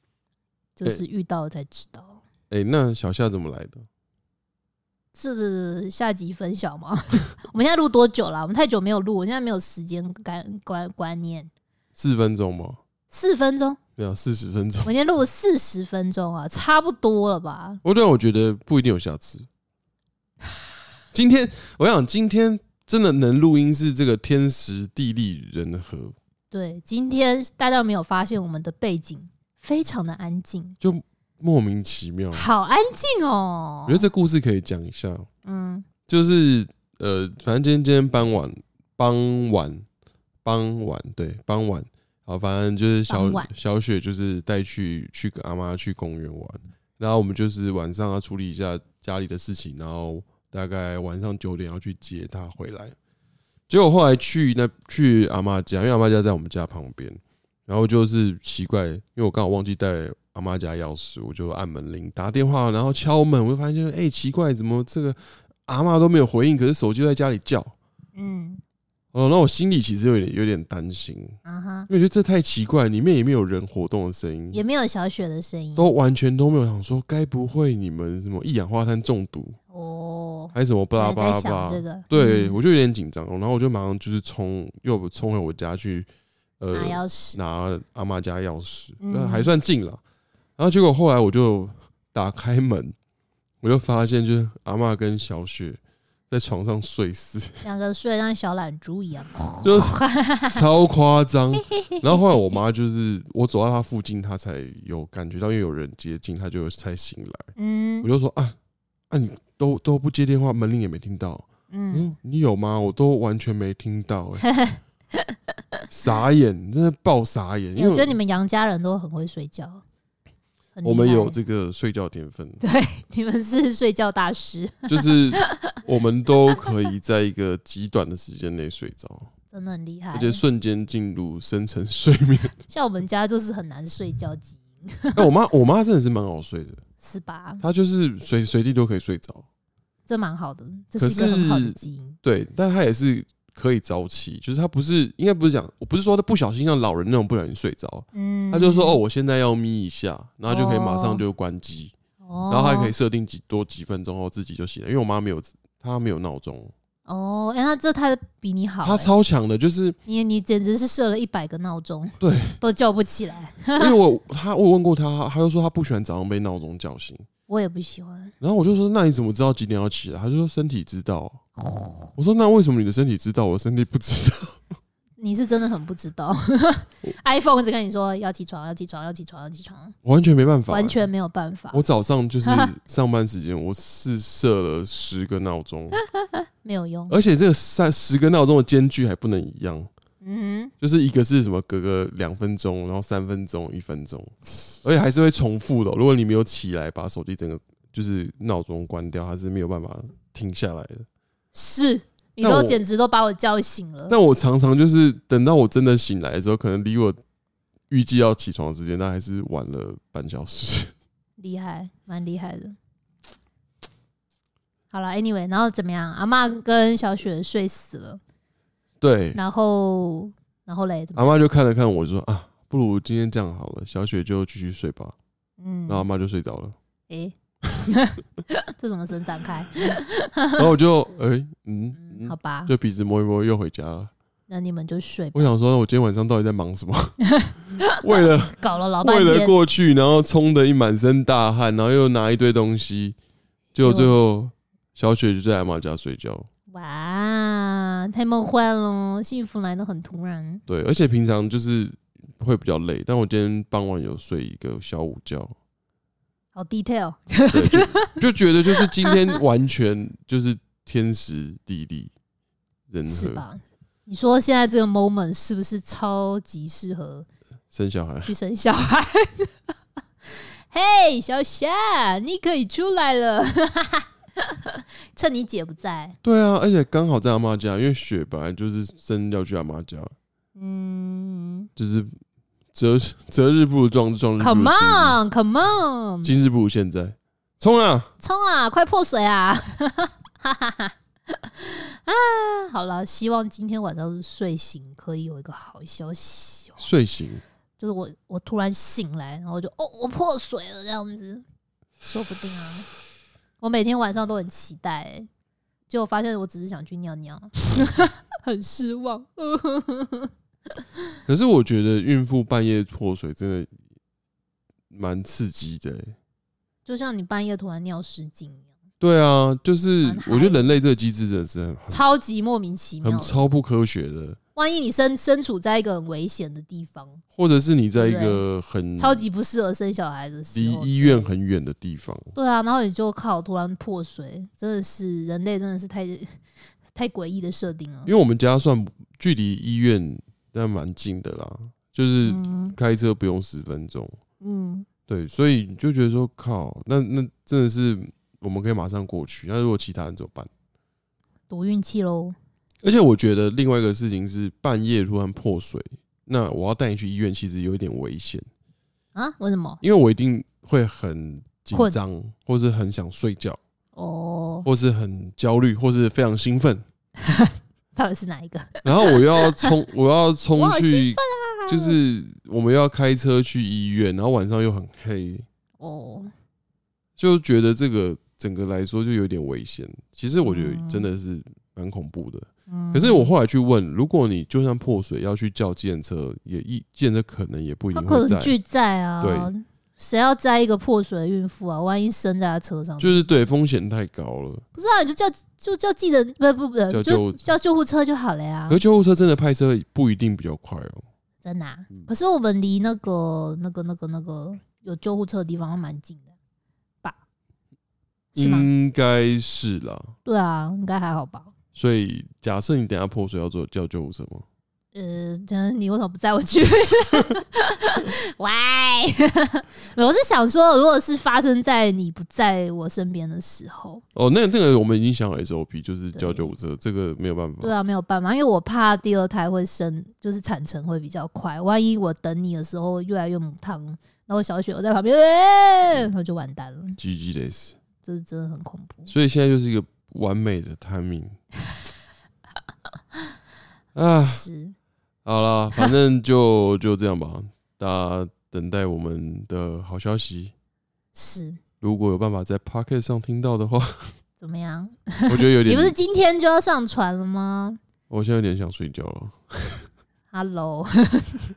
Speaker 1: 就是遇到了才知道。
Speaker 2: 哎、那小夏怎么来的？
Speaker 1: 这是下集分享吗？ <laughs> 我们现在录多久了？我们太久没有录，我现在没有时间感观观念。
Speaker 2: 四分钟吧，
Speaker 1: 四分钟，
Speaker 2: 没有四十分钟
Speaker 1: 我。今天录了四十分钟啊，差不多了吧？
Speaker 2: 我哦啊但我觉得不一定有瑕疵。今天我想，今天真的能录音是这个天时地利人和，
Speaker 1: 对，今天大家有没有发现我们的背景非常的安静，
Speaker 2: 就莫名其妙。我
Speaker 1: 好安静哦
Speaker 2: 觉。得这故事可以讲一下，
Speaker 1: 嗯，
Speaker 2: 就是呃，反正今天今天傍晚，傍晚，傍晚，对，傍晚。好，反正就是小
Speaker 1: 傍晚
Speaker 2: 小雪就是带去去跟阿妈去公园玩，然后我们就是晚上要处理一下家里的事情，然后大概晚上九点要去接她回来。结果后来去那去阿妈家，因为阿妈家在我们家旁边，然后就是奇怪，因为我刚好忘记带阿妈家钥匙，我就按门铃打电话，然后敲门，我就发现哎、奇怪，怎么这个阿妈都没有回应，可是手机在家里叫。
Speaker 1: 嗯
Speaker 2: 哦，那我心里其实有点有点担心，
Speaker 1: 啊哈，
Speaker 2: 因为我觉得这太奇怪，里面也没有人活动的声音，
Speaker 1: 也没有小雪的声音
Speaker 2: 都完全都没有。想说，该不会你们什么一氧化碳中毒，
Speaker 1: 哦。
Speaker 2: 还是什么巴拉
Speaker 1: 还
Speaker 2: 巴
Speaker 1: 在
Speaker 2: 拉
Speaker 1: 想
Speaker 2: 巴
Speaker 1: 这
Speaker 2: 拉？
Speaker 1: 个，
Speaker 2: 对，
Speaker 1: 嗯
Speaker 2: 我就有点紧张，然后我就马上就是冲，又冲回我家去，呃，
Speaker 1: 拿钥匙，
Speaker 2: 拿阿妈家钥匙，
Speaker 1: 嗯
Speaker 2: 那还算近了。然后结果后来我就打开门，我就发现就是阿妈跟小雪在床上睡死。
Speaker 1: 两个睡像小懒猪
Speaker 2: <laughs>
Speaker 1: 一样。 <laughs>
Speaker 2: 就是超夸张。然后后来我妈就是我走到她附近，她才有感觉到，因为有人接近，她就才醒来。
Speaker 1: 嗯
Speaker 2: 我就说啊啊，你都都不接电话，门铃也没听到。
Speaker 1: 嗯，
Speaker 2: 嗯，你有吗？我都完全没听到、欸，
Speaker 1: <laughs>
Speaker 2: 傻眼，真的爆傻眼。
Speaker 1: 欸
Speaker 2: 因
Speaker 1: 我觉得你
Speaker 2: 为
Speaker 1: 们杨家人都很会睡觉，很厉
Speaker 2: 我们
Speaker 1: 害
Speaker 2: 有这个睡觉天分，
Speaker 1: 对，你们是睡觉大师，
Speaker 2: 就是我们都可以在一个极短的时间内睡
Speaker 1: <laughs>
Speaker 2: 着，
Speaker 1: 真的很厉害
Speaker 2: 而。且瞬间进入深层睡眠。 <laughs>
Speaker 1: 像我们家就是很难睡觉基因，
Speaker 2: 哎，我妈我妈真的是蛮好睡的。
Speaker 1: 是吧？
Speaker 2: 他就是随随地都可以睡着，
Speaker 1: 这蛮好的，这
Speaker 2: 可
Speaker 1: 是一个很好的
Speaker 2: 是
Speaker 1: 基因。
Speaker 2: 对，但他也是可以早起，就是他不是应该不是讲，我不是说他不小心像老人那种不小心睡着，
Speaker 1: 嗯，
Speaker 2: 他就说哦，，我现在要眯一下，然后就可以马
Speaker 1: 哦
Speaker 2: 上就关机，
Speaker 1: 哦
Speaker 2: 然后还可以设定几多几分钟后自己就醒了，因为我妈没有她没有闹钟，
Speaker 1: 哦，哎、那这他比你好、
Speaker 2: 她
Speaker 1: 欸，
Speaker 2: 超强
Speaker 1: <laughs>
Speaker 2: 的，就是
Speaker 1: 你你简直是设了一百个闹钟，
Speaker 2: 对，
Speaker 1: 都叫不起来，
Speaker 2: 因为我她我问过她，她就说她不喜欢早上被闹钟叫醒，
Speaker 1: 我也不喜欢。
Speaker 2: 然后我就说那你怎么知道几点要起来？她就说身体知道，我说那为什么你的身体知道，我的身体不知道？ <laughs>
Speaker 1: 你是真的很不知道 <laughs> ，iPhone 一直跟你说要起床，要起床，要起床，要起床，
Speaker 2: 我完全没办法、
Speaker 1: 完全没有办法，
Speaker 2: <laughs> 我早上就是上班时间，我是设了十个闹钟，
Speaker 1: 没有用。
Speaker 2: 而且这个三十个闹钟的间距还不能一样，
Speaker 1: 嗯
Speaker 2: 就是一个是什么隔个两分钟，然后三分钟、一分钟，而且还是会重复的哦、如果你没有起来把手机整个就是闹钟关掉，它是没有办法停下来的。
Speaker 1: 哼，是你
Speaker 2: 但
Speaker 1: 都
Speaker 2: 我
Speaker 1: 简直都把我叫醒了。
Speaker 2: 但我常常就是等到我真的醒来的时候，可能离我预计要起床的时间，那还是晚了半小时。 <laughs>
Speaker 1: 厉害，蛮厉害的。好了，anyway，然后怎么样？阿妈跟小雪睡死了，
Speaker 2: 对，啊
Speaker 1: 然后，然后嘞，怎么
Speaker 2: 阿
Speaker 1: 样？
Speaker 2: 妈就看了看我，就说啊，不如今天这样好了，小雪就继续睡吧。
Speaker 1: 嗯
Speaker 2: 然后，阿妈就睡着了，
Speaker 1: 诶， <laughs> 这怎么伸展开？
Speaker 2: 然后我就哎、嗯
Speaker 1: 嗯，好
Speaker 2: 嗯，
Speaker 1: 吧，
Speaker 2: 就鼻子摸一摸又回家了。
Speaker 1: 那你们就睡吧。
Speaker 2: 我想说，我今天晚上到底在忙什么？ <laughs> 为了
Speaker 1: 搞了 <laughs> 老半
Speaker 2: 为了
Speaker 1: 天，
Speaker 2: 过去，然后冲的一满身大汗，然后又拿一堆东西，结果最后小雪就在阿妈家睡觉。
Speaker 1: 哇，太梦幻了，幸福来的很突然。
Speaker 2: 对，而且平常就是会比较累，但我今天傍晚有睡一个小午觉，
Speaker 1: 好 detail，
Speaker 2: 对就 <laughs> 就觉得就是今天完全就是天时地利人
Speaker 1: 是
Speaker 2: 和，
Speaker 1: 吧？你说现在这个 moment 是不是超级适
Speaker 2: <laughs>
Speaker 1: 合
Speaker 2: 生小孩。
Speaker 1: 去生小孩？ <laughs> 嘿，小夏，你可以出来了， <laughs> 趁你姐不在。
Speaker 2: 对啊，而且刚好在阿妈家，因为雪本来就是真要去阿妈家，
Speaker 1: 嗯
Speaker 2: 就是择 <laughs> 择日不如撞日，撞日不嗯如
Speaker 1: ，Come
Speaker 2: 今日
Speaker 1: on，Come on，
Speaker 2: 今日不如现在，冲啊！
Speaker 1: 冲啊，快破水啊！ <laughs> 哈哈哈！啊，好了，希望今天晚上睡醒可以有一个好消息哦。
Speaker 2: 睡醒，
Speaker 1: 就是我我突然醒来，然后我就哦，我破水了这样子，说不定啊。我每天晚上都很期待、欸，结果发现我只是想去尿尿， <laughs> 很失望。 <laughs>
Speaker 2: 可是我觉得孕妇半夜破水真的蛮刺激的、欸。
Speaker 1: 就像你半夜突然尿失禁一样，
Speaker 2: 对啊，就是
Speaker 1: 蛮嗨
Speaker 2: 我觉得人类这个机制真的是很
Speaker 1: 超级莫名其
Speaker 2: 很
Speaker 1: 妙
Speaker 2: 很
Speaker 1: 的。
Speaker 2: 超不科学的，
Speaker 1: 万一你身身处在一个很危险的地方，
Speaker 2: 或者是你在一
Speaker 1: 对
Speaker 2: 个很
Speaker 1: 超级不适合生小孩的时
Speaker 2: 嗯离
Speaker 1: 候，
Speaker 2: 医院很远的地方，
Speaker 1: 对啊，然后你就靠突然破水，真的是人类真的是太 <laughs> 太诡异的设定了
Speaker 2: 因。为我们家算距离医院但蛮近的啦，就是
Speaker 1: 嗯
Speaker 2: 开车不用十分钟。
Speaker 1: 嗯，
Speaker 2: 对，所以你就觉得说靠，那那真的是我们可以马上过去，那如果其他人怎么办？
Speaker 1: 赌运气喽。
Speaker 2: 而且我觉得另外一个事情是半夜突然破水，那我要带你去医院，其实有一点危险，
Speaker 1: 啊？为什么？
Speaker 2: 因为我一定会很紧
Speaker 1: 困
Speaker 2: 张，或是很想睡觉，
Speaker 1: 哦，
Speaker 2: 或是很焦虑，或是非常兴奋，
Speaker 1: 到底是哪一个？
Speaker 2: 然后我又要冲， <laughs> 我要冲
Speaker 1: 我好
Speaker 2: 去
Speaker 1: 兴，啊
Speaker 2: 就是我们又要开车去医院，然后晚上又很黑，
Speaker 1: 哦，
Speaker 2: 就觉得这个整个来说就有点危险。其实我觉得
Speaker 1: 嗯
Speaker 2: 真的是蛮恐怖的。
Speaker 1: 嗯
Speaker 2: 可是我后来去问，如果你就算破水要去叫建车，也一建车可能也不一
Speaker 1: 他
Speaker 2: 定
Speaker 1: 可
Speaker 2: 会
Speaker 1: 能
Speaker 2: 在。
Speaker 1: 拒载啊，
Speaker 2: 对，
Speaker 1: 谁要载一个破水的孕妇啊？万一生在他车上，
Speaker 2: 就是对风险太高了，
Speaker 1: 不是啊，你就叫就叫记者，不不不，就
Speaker 2: 叫救护车。
Speaker 1: 叫救护车就好了呀
Speaker 2: 可，是救护车真的派车不一定比较快哦、
Speaker 1: 真的啊
Speaker 2: 嗯。
Speaker 1: 可是我们离那个那个那个那个有救护车的地方还蛮近的，吧？是吗？
Speaker 2: 应该是啦。
Speaker 1: 对啊，应该还好吧。
Speaker 2: 所以假设你等一下破水要做叫救护车吗？
Speaker 1: 呃，真的你为什么不载我去？ <laughs> 喂， <laughs> 没有我是想说，如果是发生在你不在我身边的时候，
Speaker 2: 哦，那那个我们已经想好 SOP，就是
Speaker 1: 对
Speaker 2: 叫救护车，这个没有办法。
Speaker 1: 对啊，没有办法，因为我怕第二胎会生，就是产程会比较快。万一我等你的时候越来越母汤，然后小雪又在旁边，欸然后就完蛋了，
Speaker 2: GG 类似，
Speaker 1: 这是真的很恐怖。
Speaker 2: 所以现在就是一个完美的 timing。啊，
Speaker 1: 是，
Speaker 2: 好啦，反正就 <laughs> 就这样吧，大家等待我们的好消息。
Speaker 1: 是
Speaker 2: 如果有办法在 Pocket 上听到的话， <laughs>
Speaker 1: 怎么样？
Speaker 2: 我觉得有
Speaker 1: 你
Speaker 2: 点
Speaker 1: 不，是今天就要上传了吗
Speaker 2: 我现在有点想睡觉了。
Speaker 1: ？Hello，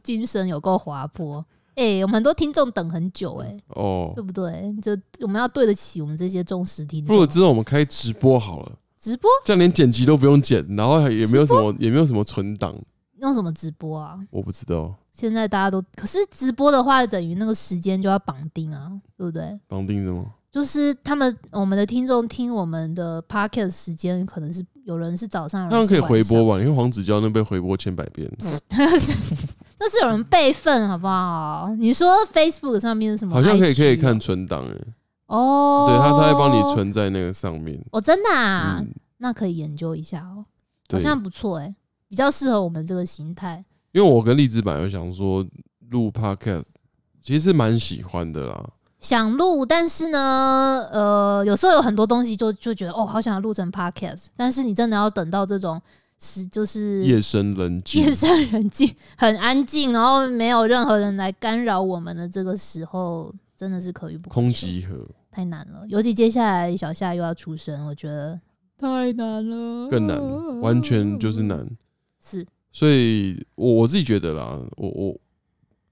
Speaker 1: 精神有够滑坡。哎、我们很多听众等很久哎、
Speaker 2: 哦
Speaker 1: 对，不对？就我们要对得起我们这些忠实听
Speaker 2: 不如
Speaker 1: 众。
Speaker 2: 之后我们开直播好了，
Speaker 1: 直播
Speaker 2: 这样连剪辑都不用剪，然后也没有什么也没有什么存档，
Speaker 1: 用什么直播啊？
Speaker 2: 我不知道
Speaker 1: 现在大家都可是直播的话，等于那个时间就要绑定啊，对不对？
Speaker 2: 绑定什么。
Speaker 1: 嗯就是他们我们的听众听我们的 podcast 时间，可能是有人是早上，有
Speaker 2: 他们
Speaker 1: 人
Speaker 2: 可以
Speaker 1: 是
Speaker 2: 回
Speaker 1: 晚上
Speaker 2: 播，吧？因为黄子佼那被回播千百遍，
Speaker 1: <laughs> 嗯那是有人备份好不好？你说 Facebook 上面是什么？
Speaker 2: 好像可以可以
Speaker 1: IG
Speaker 2: 看存档哎，对
Speaker 1: 哦，
Speaker 2: 他他会帮你，存在那个上面。
Speaker 1: 哦，真的啊，
Speaker 2: 嗯，
Speaker 1: 那可以研究一下哦，好
Speaker 2: 对。
Speaker 1: 像不错哎、比较适合我们这个形态。
Speaker 2: 因为我跟荔枝版有想说录 podcast，其实蛮喜欢的啦。
Speaker 1: 想录，但是呢，呃，有时候有很多东西就就觉得哦，好想录成 podcast，但是你真的要等到这种时就是
Speaker 2: 夜深人静
Speaker 1: 夜，深人静、很安静，然后没有任何人来干扰我们的这个时候，真的是可遇不可
Speaker 2: 空
Speaker 1: 求
Speaker 2: 集合
Speaker 1: 太难了。尤其接下来小夏又要出生，我觉得太难了，
Speaker 2: 更难，
Speaker 1: 嗯
Speaker 2: 完全就是难。
Speaker 1: 是
Speaker 2: 所以我我自己觉得啦，我我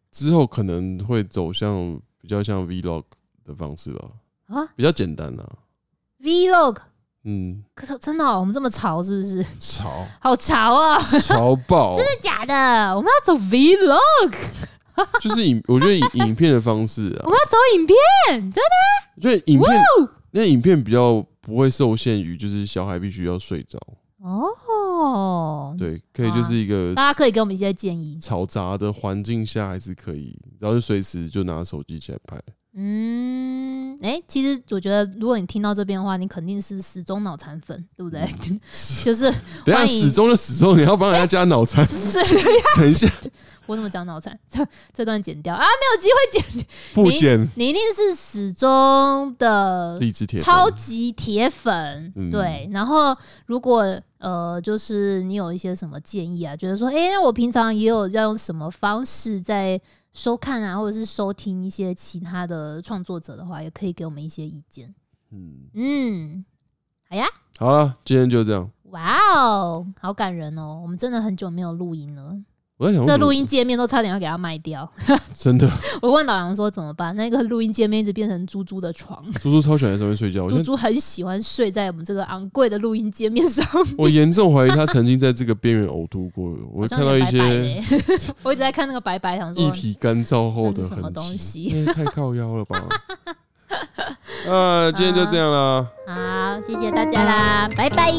Speaker 2: 之后可能会走向比较像 vlog 的方式吧，
Speaker 1: 啊
Speaker 2: 比较简单啦。
Speaker 1: vlog
Speaker 2: 嗯，
Speaker 1: 可是真的哦、我们这么潮是不是？ <laughs>
Speaker 2: 潮
Speaker 1: 好潮啊！真
Speaker 2: 潮爆，
Speaker 1: 的假的？我们要走 vlog，
Speaker 2: <laughs> 就是影，我觉得影影片的方式啊
Speaker 1: 我，们要走影片，真的
Speaker 2: 因为影片那影片比较不会受限于就是小孩必须要睡着，
Speaker 1: 哦。
Speaker 2: 对，可以就是一个
Speaker 1: 大家可以给我们一些建议。
Speaker 2: 嘈杂的环境下还是可以，然后就随时就拿手机起来拍。
Speaker 1: 嗯，哎、其实我觉得，如果你听到这边的话，你肯定是始终脑残粉，对不对？ <laughs> 就是
Speaker 2: 等一下
Speaker 1: 欢迎
Speaker 2: 始终就始终，你要帮人家加脑残，
Speaker 1: 是，
Speaker 2: 等一下
Speaker 1: 我怎么讲脑残？这这段剪掉啊，没有机会剪。<laughs>
Speaker 2: 不剪
Speaker 1: 你一定是始终的
Speaker 2: 励志铁粉
Speaker 1: 超级铁粉，
Speaker 2: 嗯
Speaker 1: 对。然后如果呃，就是你有一些什么建议啊，觉得说，哎、那我平常也有要用什么方式在收看啊，或者是收听一些其他的创作者的话，也可以给我们一些意见。
Speaker 2: 嗯，
Speaker 1: 嗯，好呀，
Speaker 2: 好了，今天就这样。
Speaker 1: 哇哦，好感人哦！我们真的很久没有录音了，
Speaker 2: 我在想
Speaker 1: 这
Speaker 2: 为什么
Speaker 1: 录音界面都差点要给它卖掉。 <laughs>
Speaker 2: 真的，
Speaker 1: 我问老杨说怎么办，那个录音界面一直变成猪猪的床。
Speaker 2: 猪猪超喜欢在上面睡觉。我现
Speaker 1: 猪
Speaker 2: 在
Speaker 1: 猪很喜欢睡在我们这个昂贵的录音界面上，
Speaker 2: 我严重怀疑他曾经在这个边缘呕吐过。
Speaker 1: 好
Speaker 2: 我会
Speaker 1: 像
Speaker 2: 看到一
Speaker 1: 有点
Speaker 2: 些
Speaker 1: 白白的欸 <laughs> 我一直在看那个白白，想
Speaker 2: 液
Speaker 1: 说
Speaker 2: 体干燥后
Speaker 1: 那
Speaker 2: 的
Speaker 1: 是什么
Speaker 2: 痕
Speaker 1: 东
Speaker 2: 迹
Speaker 1: 西，
Speaker 2: 那也太靠腰
Speaker 1: <laughs>
Speaker 2: 了吧？啊，今天就这样啦。
Speaker 1: 好，谢谢大家啦，拜拜。